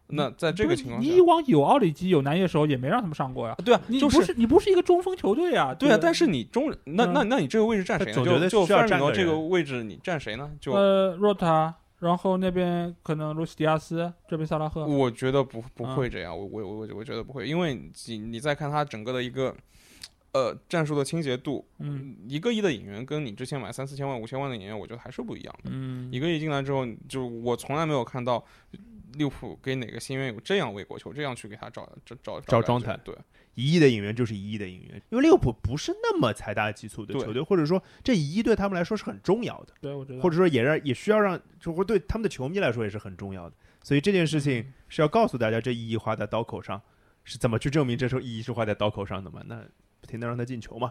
那在这个情况下
你，以往有奥里吉、有南野的时候，也没让他们上过呀。
对啊，
你
就
不
是
你不是嗯一个中锋球队啊？
对啊，但
是
是你中那那那你这个位置站谁呢？
总觉
就
得
就
需
菲
要
尔米
站
诺
个
这个
人
位置你站谁呢？就
呃，若塔，然后那边可能卢西迪亚斯，这边萨拉赫。
我觉得不不
嗯
会这样，我我我我觉得不会，因为你你再看他整个的一个呃战术的倾斜度，
嗯
一个亿的演员跟你之前买三四千万、五千万的演员，我觉得还是不一样的。
嗯，
一个亿进来之后，就我从来没有看到利物浦给哪个新援有这样为国球，这样去给他找找找
找
感
状
觉
态
对，
一亿的引援就是一亿的引援，因为利物浦不是那么财大气粗的
对
球队，或者说这一亿对他们来说是很重要的，
对，我觉得
或者说也让也需要让，就会对他们的球迷来说也是很重要的。所以这件事
嗯
情是要告诉大家，这一亿花在刀口上是怎么去证明这时候一亿是花在刀口上的嘛？那不停的让他进球嘛，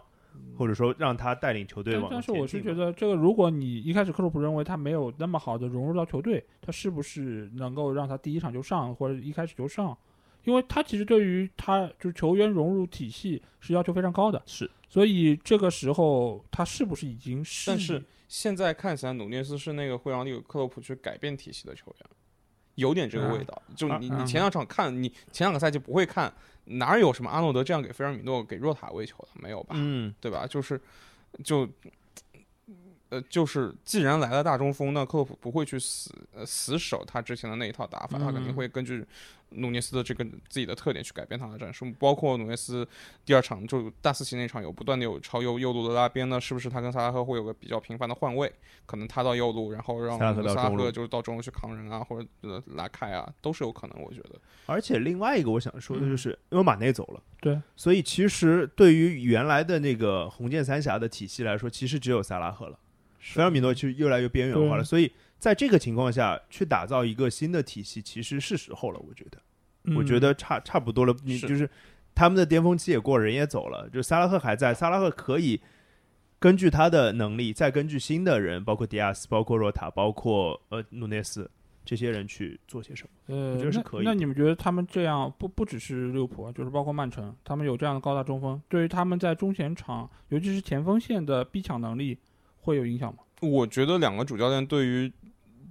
或者说让他带领球队
但
往
嗯
前
但是
进嘛。
我是觉得，这个如果你一开始克洛普认为他没有那么好的融入到球队，他是不是能够让他第一场就上，或者一开始就上？因为他其实对于他就是球员融入体系是要求非常高的，
是，
所以这个时候他是不是已经是？
但是现在看起来，努涅斯是那个会让利物克洛普去改变体系的球员，有点这个味道。就你
啊
你前两场看，你前两个赛季不会看哪有什么阿诺德这样给菲尔米诺、给若塔喂球的，没有
啊
吧？
嗯，
对吧？就是就。呃，就是既然来了大中锋，那克洛普不会去死呃死守他之前的那一套打法，他肯定
嗯
会根据努涅斯的这个自己的特点去改变他的战术，包括努涅斯第二场就大四喜那场有不断的有超右右路的拉边呢，是不是他跟萨拉赫会有个比较频繁的换位？可能他到右路，然后让
萨拉赫到
萨拉
中路
赫就是到中路去扛人啊，或者呃拉开啊，都是有可能，我觉得。
而且另外一个我想说
嗯
的就是，嗯因为马内走了，
对，
所以其实对于原来的那个红箭三峡的体系来说，其实只有萨拉赫了，菲尔米诺就越来越边缘化了。
对
所以在这个情况下，去打造一个新的体系，其实是时候了。我觉得，我
嗯
觉得差差不多了。你
嗯是
就是他们的巅峰期也过，人也走了，就萨拉赫还在，萨拉赫可以。根据他的能力，再根据新的人，包括迪亚斯，包括若塔，包括呃努内斯这些人去做些什么？
呃，
我觉得是可以
那。那
的
你们觉得他们这样不不只是利物浦啊，就是包括曼城，他们有这样的高大中锋，对于他们在中前场，尤其是前锋线的逼抢能力会有影响吗？
我觉得两个主教练对于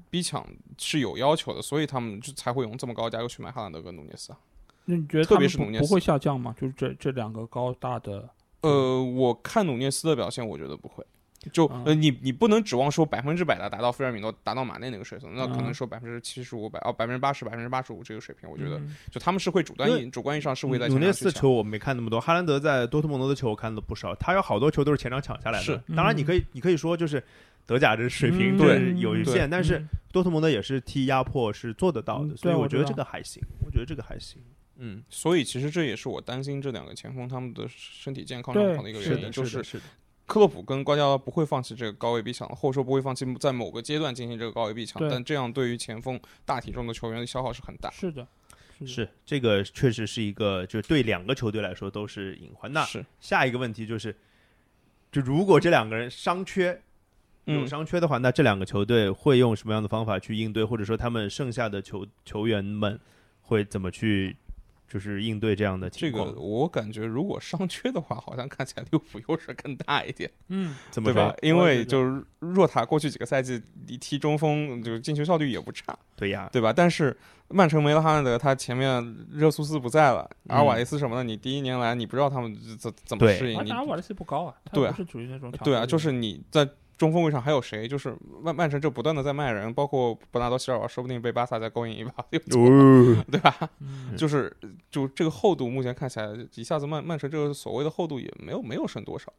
逼抢是有要求的，所以他们就才会用这么高的价格去买哈兰德跟努涅斯啊。
那你觉得
特
他
别
们
是
不
努涅
不
斯
会下降吗？就是这这两个高大的，
呃，
嗯
我看努涅斯的表现，我觉得不会。就
啊
呃，你你不能指望说百分之百的达到费尔米诺、达到马内那个水平，那可
啊
能说百分之七十五、百哦百分之八十、百分之八十五这个水平，我觉得
嗯
就他们是会主观
因为
意主观意义上是会在
努
前
内
场去
斯
抢。
球我没看那么多，哈兰德在多特蒙德的球我看了不少，他有好多球都是前场抢下来的。
是
当然你可以你可以说就是德甲这水平就是
嗯
有一
对
限，但是
嗯
多特蒙德也是踢压迫是做得到
嗯
的，
对
所以
我
我觉
知
得
道
这个还行，我觉得这个还行。
嗯，所以其实这也是我担心这两个前锋他们的身体健康
对
状况的一个
是
原
的，
因，就是
的，是的。
克洛普跟瓜迪奥拉不会放弃这个高位逼抢，或者说不会放弃在某个阶段进行这个高位逼抢
对，
但这样对于前锋大体重的球员的消耗是很大。
是的，
嗯
是的
是这个确实是一个，就对两个球队来说都是隐患。那
是，
下一个问题就是，就如果这两个人伤缺，有
嗯，
伤缺的话，那这两个球队会用什么样的方法去应对，或者说他们剩下的球球员们会怎么去，就是应对这样的
这
情
个
况？
我感觉如果伤缺的话，好像看起来利物浦优势更大一点，
嗯，
怎么
对
说
吧？？因
我也觉
为
得
就是若塔过去几个赛季你踢中锋，就是进球效率也不差，
对呀，
对吧？但是曼城没了哈兰德，他前面热苏斯不在了，
嗯
阿尔瓦雷斯什么的，你第一年来你不知道他们怎怎么
对
适
而
应，
且
你
阿瓦雷斯不高啊，他
对啊
不是属于那种强
对啊，
队
就是你在中锋位上还有谁？就是曼曼城这不断的在卖人，包括伯纳多席尔瓦，说不定被巴萨再勾引一把，
哦，
对吧？
嗯
就是就这个厚度，目前看起来一下子曼曼城这个所谓的厚度也没有没有剩多少。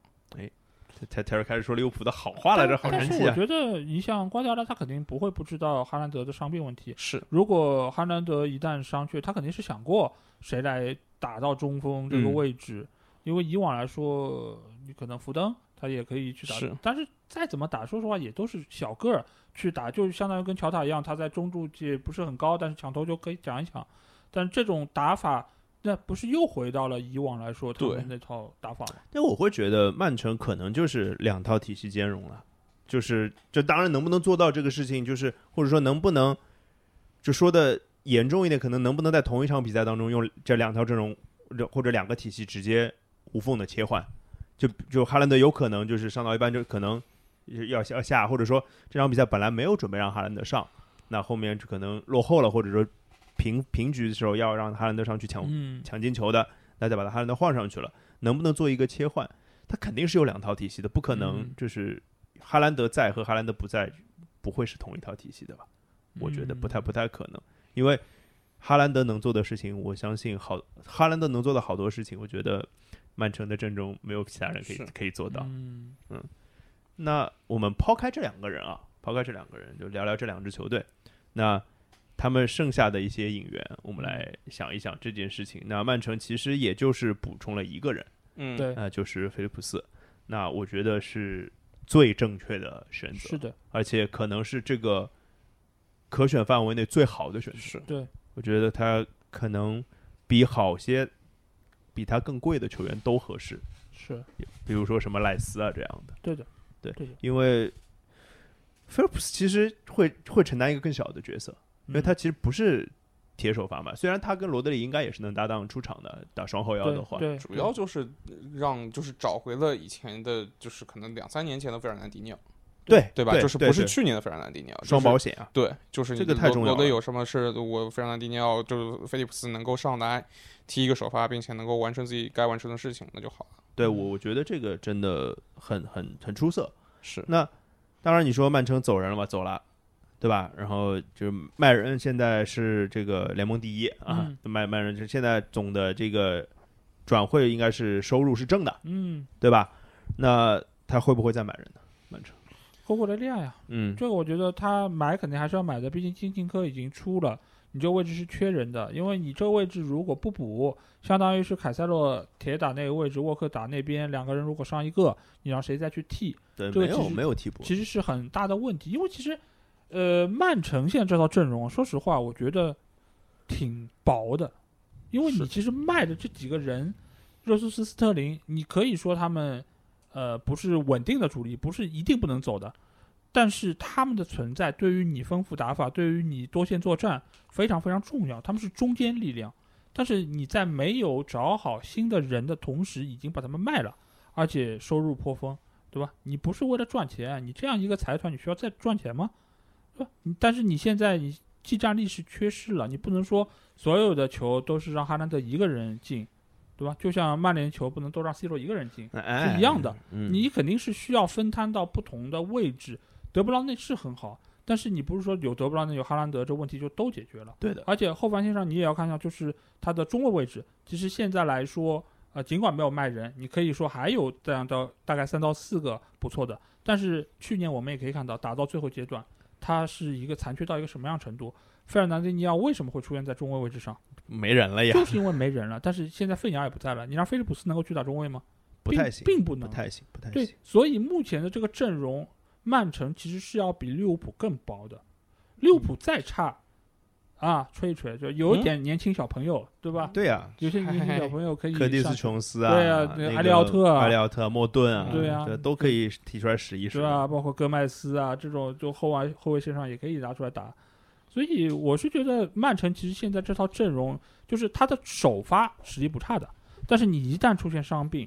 才才开始说利物浦的好话来着，好
但
神
是
奇
我
啊！
觉得，你像瓜迪奥拉，他肯定不会不知道哈兰德的伤病问题。
是，
如果哈兰德一旦伤缺，他肯定是想过谁来打到中锋这个
嗯
位置，因为以往来说，你可能福登他也可以去打，
是
但是再怎么打，说实话也都是小个儿去打，就相当于跟乔塔一样，他在中柱界不是很高，但是抢头球可以抢一抢。但这种打法，那不是又回到了以往来说他
对
们那套打法吗？
但我会觉得曼城可能就是两套体系兼容了，就是这当然能不能做到这个事情，就是或者说能不能，就说的严重一点，可能能不能在同一场比赛当中用这两套阵容或者两个体系直接无缝的切换，就就哈兰德有可能就是上到一半就可能要要下，或者说这场比赛本来没有准备让哈兰德上，那后面就可能落后了，或者说平平局的时候要让哈兰德上去抢
嗯，
抢进球的，那再把他哈兰德换上去了，能不能做一个切换？他肯定是有两套体系的，不可能
嗯
就是哈兰德在和哈兰德不在不会是同一套体系的吧？我觉得不太
嗯
不太可能，因为哈兰德能做的事情，我相信好哈兰德能做的好多事情，我觉得曼城的阵中没有其他人可以
是
可以做到。
嗯
那我们抛开这两个人啊，抛开这两个人，就聊聊这两支球队。那他们剩下的一些引援，我们来想一想这件事情。那曼城其实也就是补充了一个人，
嗯，
对，
那、就是菲利普斯。那我觉得是最正确的选择，
是的，
而且可能是这个可选范围内最好的选择。
是，
对，
我觉得他可能比好些比他更贵的球员都合适，
是
比如说什么赖斯啊这样的。
对的，
对
对的，
因为菲尔普斯其实会会承担一个更小的角色，
嗯
因为他其实不是铁首发嘛。虽然他跟罗德里应该也是能搭档出场的，打双后腰
对
的话，
对，
主要就是让就是找回了以前的，就是可能两三年前的费尔南迪尼奥，
对
对吧？
对
就是
对
不是
对
去年的费尔南迪尼奥，就是
双保险啊，
对，就是
这个太重要
我的
了
有什么是我费尔南迪尼奥，就是菲利普斯能够上来踢一个首发，并且能够完成自己该完成的事情，那就好了。
对我我觉得这个真的很很很出色。
是
那当然你说曼城走人了嘛，走了。对吧？然后就是麦人现在是这个联盟第一啊，
嗯
麦麦人现在总的这个转会应该是收入是正的，
嗯，
对吧？那他会不会再买人呢？曼城，
霍格雷利亚呀，
嗯，
啊这个我觉得他买肯定还是要买的，毕竟金琴科已经出了，你这个位置是缺人的，因为你这个位置如果不补，相当于是凯塞洛铁打那个位置，沃克打那边，两个人如果上一个，你让谁再去替，
对，
这个
没
其
有
实
没有替补，
其实是很大的问题，因为其实，呃，曼城现在这套阵容，啊说实话，我觉得挺薄的，因为你
是
其实卖的这几个人，热苏斯、斯特林，你可以说他们，呃，不是稳定的主力，不是一定不能走的，但是他们的存在对于你丰富打法，对于你多线作战非常非常重要，他们是中坚力量。但是你在没有找好新的人的同时，已经把他们卖了，而且收入颇丰。对吧？你啊不是为了赚钱，你这样一个财团，你需要再赚钱吗？对吧？你但是你现在你技战力是缺失了。你不能说所有的球都是让哈兰德一个人进，对吧？就像曼联球不能都让 C 罗一个人进，
哎
是一样的。
嗯
你肯定是需要分摊到不同的位置。德布劳内是很好，但是你不是说有德布劳内有哈兰德，这问题就都解决了。
对的，
而且后防线上你也要看一下，就是他的中卫位置。其实现在来说，呃，尽管没有卖人，你可以说还有这样的大概三到四个不错的。但是去年我们也可以看到，打到最后阶段，他是一个残缺到一个什么样程度？费尔南迪尼奥为什么会出现在中卫位置上？
没人了哎呀
就，是因为没人了。但是现在费尼尔也不在了，你让菲利普斯能够去打中卫吗？
不太行，
并并不能
不太行，不太
对
行。，
所以目前的这个阵容，曼城其实是要比利物浦更薄的。利物
嗯
浦再差，啊，吹一吹，就有一点年轻小朋友，对吧？
对呀，
有些年轻小朋友可以
柯蒂斯
上，
琼斯啊，
对啊
那个
阿利奥特啊
阿利奥特、莫顿啊，
对啊
这都可以提出来使一使
对。吧？包括戈麦斯啊这种，就后卫后卫线上也可以拿出来打。所以我是觉得曼城其实现在这套阵容，就是他的首发实力不差的，但是你一旦出现伤病，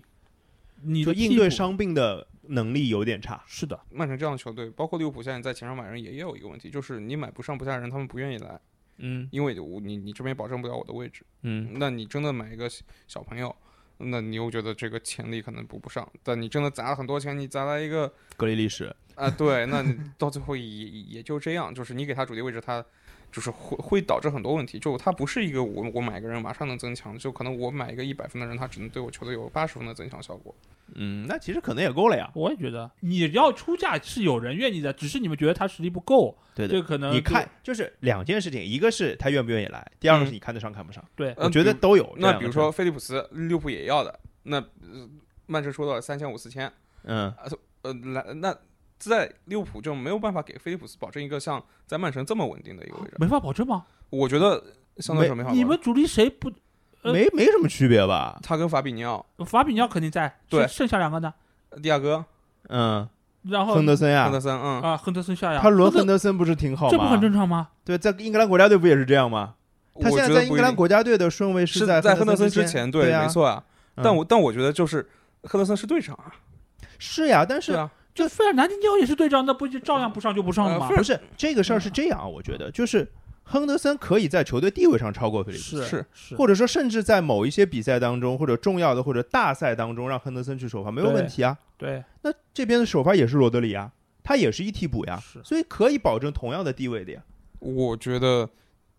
你
就
的
应
替
对
补
伤病的能力有点差，
是的，
曼城这样的球队，包括利物浦现在在前场买人也也有一个问题，就是你买不上不下人，他们不愿意来，
嗯
因为我你你这边保证不了我的位置。
嗯，
那你真的买一个小小朋友，那你又觉得这个潜力可能补不上。但你真的砸了很多钱，你砸来一个
格里历史
啊，对，那你到最后也也就这样，就是你给他主力位置，他就是会会导致很多问题。就他不是一个我我买个人马上能增强，就可能我买一个一百分的人，他只能对我球队有八十分的增强效果。
嗯，那其实可能也够了呀。
我也觉得你要出价是有人愿意的，只是你们觉得他实力不够，
对
这
的，
可能
你
就
看，就是两件事情，一个是他愿不愿意来，第二个是
嗯
你看得上看不上，
对
我觉得
嗯
都有。这
那
两
比
个
如
事儿
说，菲利普斯，利物浦也要的，那、呃曼城说到了三千五四千，
嗯，
呃，来那在利物浦就没有办法给菲利普斯保证一个像在曼城这么稳定的一个位置。
没法保证吗？
我觉得相对来说没法
你
玩
们主力谁不？呃
没没什么区别吧？
他跟法比尼奥、
法比尼奥肯定在，
对
剩剩下两个呢？
迪亚哥、
嗯，
然后
亨德森
亨
呀
德，森，嗯，
啊，呃亨德森下呀，
他轮
亨
亨
德
德森不是挺好吗？
这不很正常吗？
对，在英格兰国家队不也是这样吗？他
我
现在
觉
在
得
英
不一
格兰
定
国家队的顺位
是
在
在
亨
亨德森之
之
前，
对呀
没错啊。
嗯
但我但我觉得就是亨德森是队长啊，
是呀，但
是
是
啊，
就费尔南迪尼奥也是队长，那不就照样不上就不上了吗
呃费？
不是这个事儿是这样啊，我觉得就是亨德森可以在球队地位上超过菲利普斯，
是
是
是，
或者说甚至在某一些比赛当中或者重要的或者大赛当中让亨德森去首发没有
对
问题啊。
对
那这边的首发也是罗德里啊，他也是一替补呀
是，
所以可以保证同样的地位的呀。
我觉得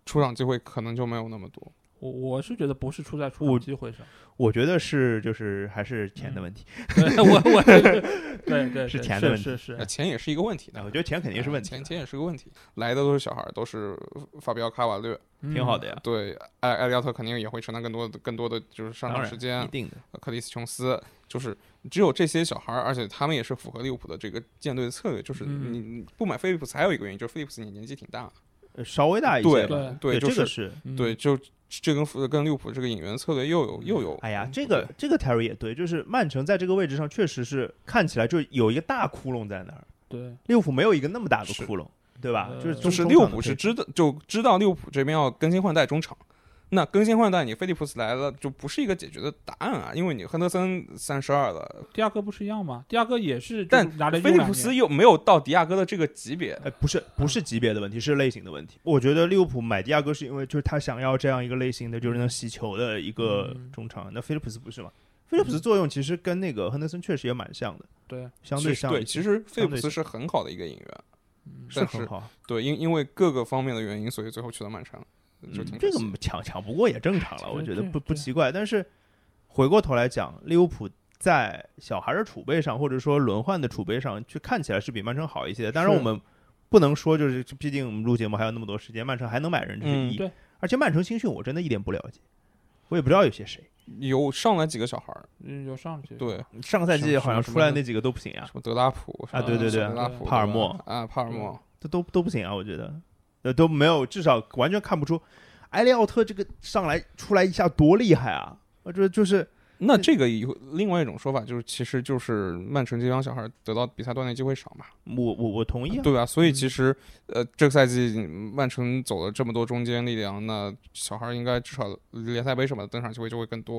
出场机会可能就没有那么多。
我我是觉得不是出在出
我
场机会上，
我觉得是就是还是钱的问题，
对我 我对对对
是钱的问题
是
呃
是
钱也是一个问题
那
的
我，觉得钱肯定是问题
钱
的，
钱也是个问题。来的都是小孩儿，都是呃法比奥、卡瓦略，
嗯
挺好的，呀，
对，艾艾利奥特肯定也会承担更多的更多的就是上
当
场
然
时间
一，定的。
呃克里斯琼斯，就是只有这些小孩儿，而且他们也是符合利物浦的这个建队的策略。就是
嗯
你你不买菲利普斯，还有一个原因就是菲利普斯你年纪挺大，
呃稍微大一些
对
吧，
对，就
这个
是
是
嗯
对，就这跟跟利物浦这个引援策略又有又有。
哎呀，这个这个 Terry 也对，就是曼城在这个位置上确实是看起来就有一个大窟窿在那儿，
对
利物浦没有一个那么大的
是
窟窿，对吧？
呃
就是
就
中
是
中
利物
场的
浦
配
是
置
知道就知道利物浦这边要更新换代中场，那更新换代你菲利普斯来了就不是一个解决的答案啊，因为你亨德森三十二了，
第二个不是一样吗？第二个也是，
但
拿了
菲利普斯又没有到迪亚哥的这个级别，
哎，不是不是级别的问题，是类型的问题。我觉得利物浦买迪亚哥是因为就是他想要这样一个类型的，就是能洗球的一个
嗯
中场。那菲利普斯不是嘛？菲利普
嗯
斯作用其实跟那个亨德森确实也蛮像的，
对
相
其
对
实
像一
对，
些。
其实菲利普斯
相
是很好的一个引援，
是
但
很好，
对，因因为各个方面的原因，所以最后去了曼城，就挺
嗯、
可
这
惜
个抢抢不过也正常了，
对
我觉得
对
不不
对
奇怪。但是回过头来讲，利物浦在小孩的储备上，或者说轮换的储备上，去看起来是比曼城好一些的。当然，
是
我们不能说就是，毕竟我们录节目还有那么多时间，曼城还能买人，这是
嗯
一。
对
而且曼城青训我真的一点不了解，我也不知道有些谁。
有上来几个小孩儿，
嗯有上去，
对，
上个赛季
什么
好像
什么
出来那几个都不行啊
什，么德拉普
啊对
对对
什么德拉普
帕尔默
对吧啊，帕尔默，
都都都不行啊，我觉得，呃都没有，至少完全看不出埃利奥特这个上来出来一下多厉害啊！我觉得就是
那这个有另外一种说法，就是其实就是曼城这帮小孩儿得到比赛锻炼机会少嘛，
我我我同意啊，
对吧？所以
嗯
其实呃，这个赛季曼城走了这么多中间力量，那小孩儿应该至少联赛杯什么的登场机会就会更多。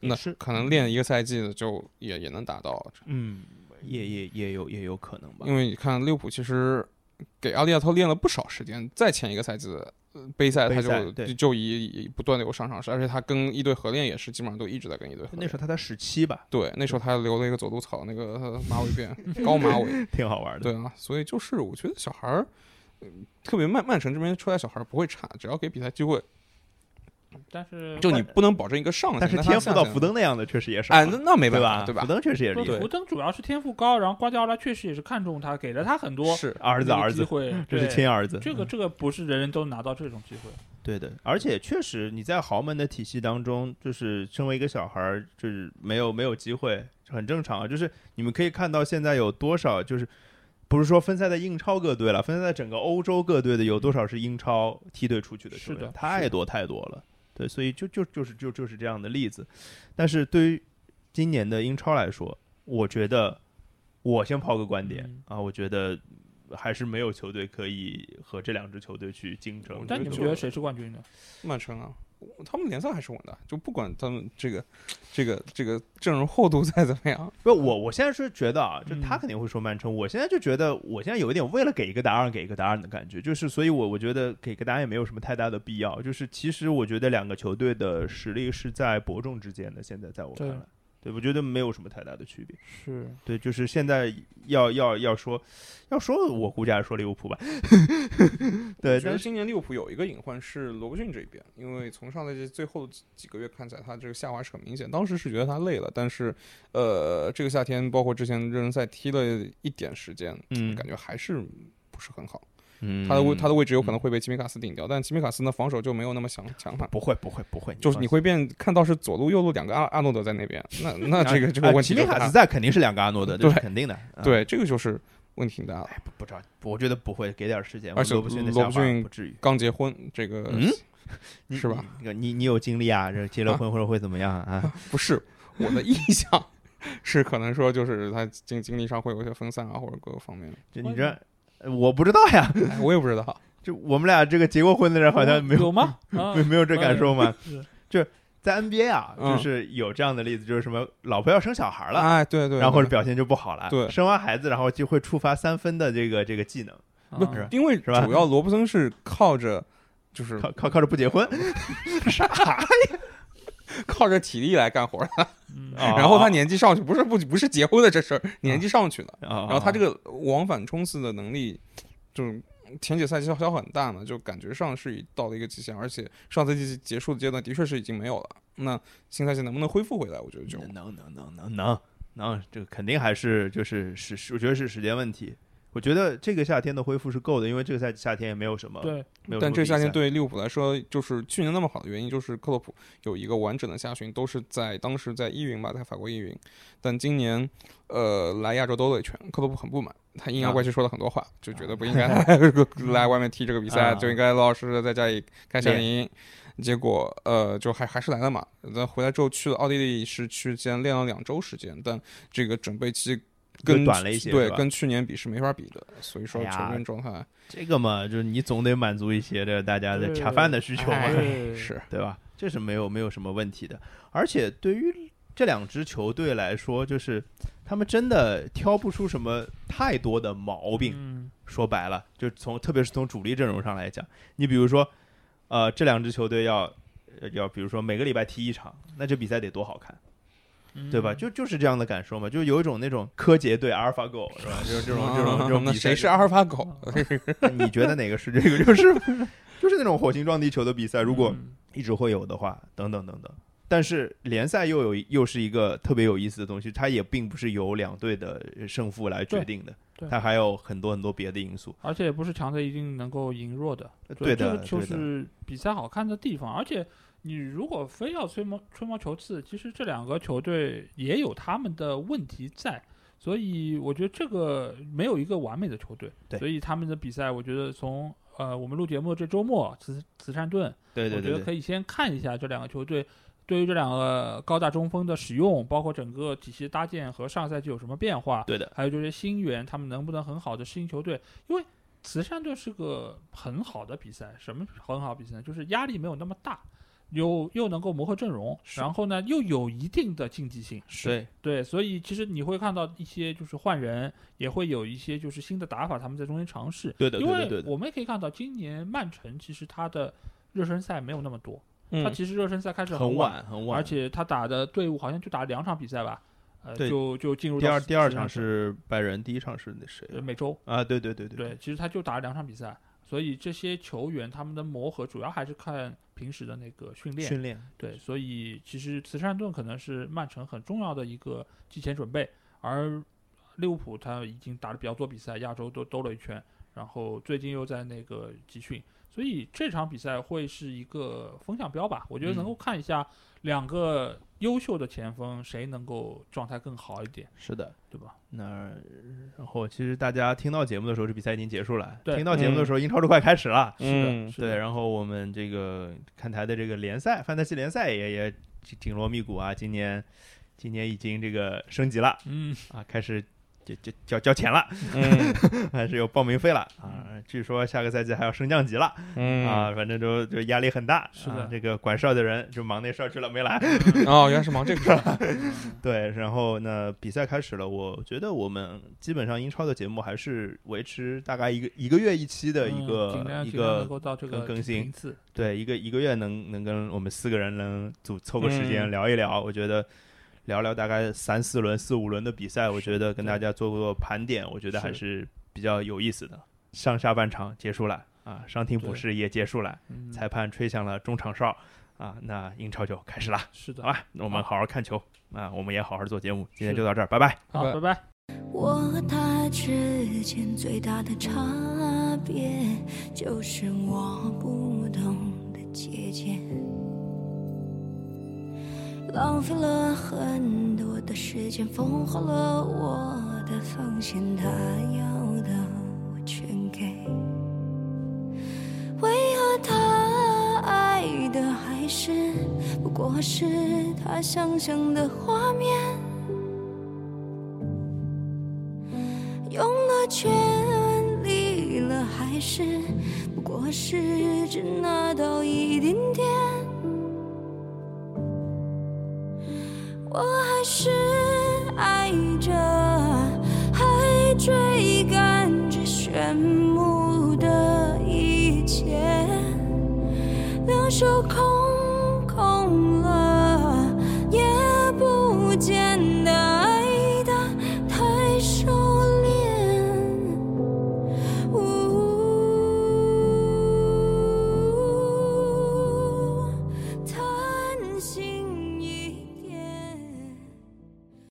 也
那
是嗯
可能练一个赛季的就也也能达到，嗯
嗯，也也也有也有可能吧
因。为你看利物浦其实给阿利亚托练了不少时间，再前一个赛季的呃杯赛他
杯赛
就
对
就就以以不断的有上场时，而且他跟一队合练也是基本上都一直在跟一队合练。
那时候他才十七吧，
对，那时候他留了一个走路草，那个呃马尾 辫，高马尾，
挺好玩的。
对啊，所以就是我觉得小孩儿，嗯，特别曼曼城这边出来小孩儿不会差，只要给比赛机会，
但是
就你不能保证一个上限，
但是
他
天
下
赋到
限
福登那样的确实也少
哎，
啊，
那那没
对
办法，对
福登确实也是一
对
个
福登主要是天赋高，然后瓜迪奥拉确实也是看中他，给了他很多
是
儿子
那个
儿
机
子，嗯
会，
这是
对
亲儿子。嗯
这个这个不是人人都拿到这种机会，
对的，而且确实你在豪门的体系当中，就是身为一个小孩儿，就是没有没有机会，很正常啊。就是你们可以看到现在有多少，就是不是说分散在英超各队了，分散在整个欧洲各队的有多少是英超梯队出去的球
是
员，
的
太多太多了。对，所以就就就是就就是这样的例子。但是对于今年的英超来说，我觉得我先抛个观点、
嗯
啊，我觉得还是没有球队可以和这两支球队去竞争
我。
但你们
就
觉得谁是冠军呢？
曼城啊，他们联赛还是稳的，就不管他们这个这个这个阵容厚度再怎么样，
不，我我现在是觉得啊，就他
嗯
肯定会说曼城，我现在就觉得，我现在有一点为了给一个答案给一个答案的感觉，就是，所以我我觉得给个答案也没有什么太大的必要，就是其实我觉得两个球队的实力是在伯仲之间的，现在在我看
对
来，对，我觉得没有什么太大的区别。
是
对，就是现在要要要说，要说我估计还是说利物浦吧， 对，
我觉
但是
得今年利物浦有一个隐患是罗伯逊这一边，因为从上赛季最后几个月看起来，他这个下滑是很明显。当时是觉得他累了，但是呃，这个夏天包括之前热身赛踢了一点时间，
嗯
感觉还是不是很好。
嗯，
他的位他的位置有可能会被吉米卡斯顶掉，但吉米卡斯呢防守就没有那么强强悍。
不会不会不会，
就是你
会。
会变看到是左路右路两个阿阿诺德在那边，那 那这个这个
啊
问
齐
题
米
就
卡
大
斯在肯定是两个阿诺德，这是
对
肯定的。啊
对，这个就是问题挺大的。
不不知道，我觉得不会，给点时间。
而且
罗伯逊的
罗
想
伯
法
逊
不至于，
刚结婚，这个、
嗯
你是吧？
你你你有经历啊？这结了
啊
婚或者会怎么样 啊？
不是我的意向，是可能说就是他经经历上会有一些分散啊，或者各个方面。
这你
会吗
这呃我不知道呀。
哎我也不知道，
这我们俩这个结过婚的人好像没有
有吗？啊
没没有这感受吗
是？
就是在 NBA 啊，就
嗯
是有这样的例子，就是什么老婆要生小孩了。
哎，对对，
然后
对
表现就不好了，
对
生完孩子然后就会触发三分的这个这个技能，
啊
是吧？
因为
吧
主要罗伯森是靠着就是
靠靠靠着不结婚，
靠着体力来干活儿，
嗯
啊
然后他年纪上去，不是不不是结婚的这事儿，年
哦
纪上去了，
然
然后他
哦
这个往返冲刺的能力，就是前几个赛季消消很大嘛，就感觉上是已到了一个极限，而且上赛季结束的阶段的确是已经没有了。那新赛季能不能恢复回来，我觉得就
能能能能能能，这个肯定还是就是是是，我觉得是时间问题。我觉得这个夏天的恢复是够的，因为这个夏夏天也没有什么，
对，
没有什么
但这
比赛
夏天对利物浦来说，就是去年那么好的原因，就是克洛普有一个完整的夏训，都是在当时在依云吧，在法国依云。但今年，呃，来亚洲兜了一圈，克洛普很不满，他
啊
阴阳怪气说了很多话，就觉得不 应该来外面踢这个比赛，
啊
就应该老老实实在家里开夏令营。结果，呃，就还还是来了嘛。那回来之后去了奥地利是去先练了两周时间，但这个准备期
就
跟
短了一些，
对
是，吧
跟去年比是没法比的。所以说，
哎呀
球员状态
这个嘛，就是你总得满足一些这大家的
对
恰饭的需求嘛，
哎
对
是
对吧？这是没有没有什么问题的。而且对于这两支球队来说，就是他们真的挑不出什么太多的毛病。
嗯
说白了，就从特别是从主力阵容上来讲，你比如说，呃，这两支球队要呃要比如说每个礼拜踢一场，那这比赛得多好看，
嗯
对吧？就就是这样的感受嘛，就有一种那种柯洁对阿尔法狗是吧？就是这种这
哦
种这种
啊那
比赛
谁是阿尔法狗？
你觉得哪个是这个？就是 就是那种火星撞地球的比赛，如果
嗯
一直会有的话，等等等等。但是联赛又有又是一个特别有意思的东西，它也并不是由两队的胜负来决定的
对，对
它还有很多很多别的因素。
而且也不是强的一定能够赢弱的，
对
这
的，
个呃就
对的
是比赛好看的地方。而且你如果非要吹毛吹毛求疵，其实这两个球队也有他们的问题在，所以我觉得这个没有一个完美的球队。
对
所以他们的比赛，我觉得从呃我们录节目这周末慈慈善顿，
对对
我觉
对
得可
对，
以先看一下这两个球队对于这两个高大中锋的使用，包括整个体系搭建和上赛季有什么变化。
对的，
还有就是新援，他们能不能很好的适应球队？因为慈善队是个很好的比赛，什么很好比赛呢？就是压力没有那么大，又又能够磨合阵容，然后呢又有一定的竞技性，
对，
对，所以其实你会看到一些就是换人，也会有一些就是新的打法，他们在中间尝试。
对的
因
对的对
为
的
我们也可以看到，今年曼城其实他的热身赛没有那么多，他
嗯，
其实热身赛开始
很
晚，
晚很晚，
而且他打的队伍好像就打两场比赛吧，呃，
对
就就进入
第
到
二
十
第二
十
场
强
是拜仁，第一场是那谁
呃每周，
啊？对对对对
对，其实他就打了两场比赛，所以这些球员他们的磨合主要还是看平时的那个训练，
训练
对，所以其实慈善顿可能是曼城很重要的一个季前准备，而利物浦他已经打了比较多比赛，亚洲都兜了一圈，然后最近又在那个集训，所以这场比赛会是一个风向标吧。我觉得
嗯
能够看一下两个优秀的前锋谁能够状态更好一点，
是的。
对吧？
那然后其实大家听到节目的时候，这比赛已经结束了。
对嗯
听到节目的时候，英超都快开始了。
嗯
是的，
对，然后我们这个看台的这个联赛，范特西联赛也也紧紧锣密鼓啊，今年今年已经这个升级了
嗯，
啊，开始就就交交钱了，
嗯
还是有报名费了
嗯
啊。据说下个赛季还要升降级了
嗯
啊，反正就就压力很大。
是的
啊这个管事儿的人就忙那事儿去了，没 来。
哦，原来是忙这个事儿。
对，然后 那比赛开始了，我觉得我们基本上英超的节目还是维持大概一个一个月一期的一
嗯
个、
尽量
一
尽量能
个
够到这个
更更新
频次，
对，一个一个月能能跟我们四个人能组凑个时间
嗯
聊一聊，我觉得聊聊大概三四轮、四五轮的比赛，我觉得跟大家做做盘点，我觉得还是比较有意思的。上下半场结束了啊，伤停补
对
时也结束了，
嗯，
裁判吹响了中场哨啊，那英超就开始了，
嗯是的
好，吧？那我们好好看球啊，我们也好好做节目，今天就到这儿，拜拜。
好，拜拜。
我和他之间最大的差别，就是我不懂得节俭，浪费了很多的时间，丰厚了我的防线，他要的我全给。为何他爱的还是不过是他想象的画面？用了全力了，还是不过是只拿到一点点。我还是爱着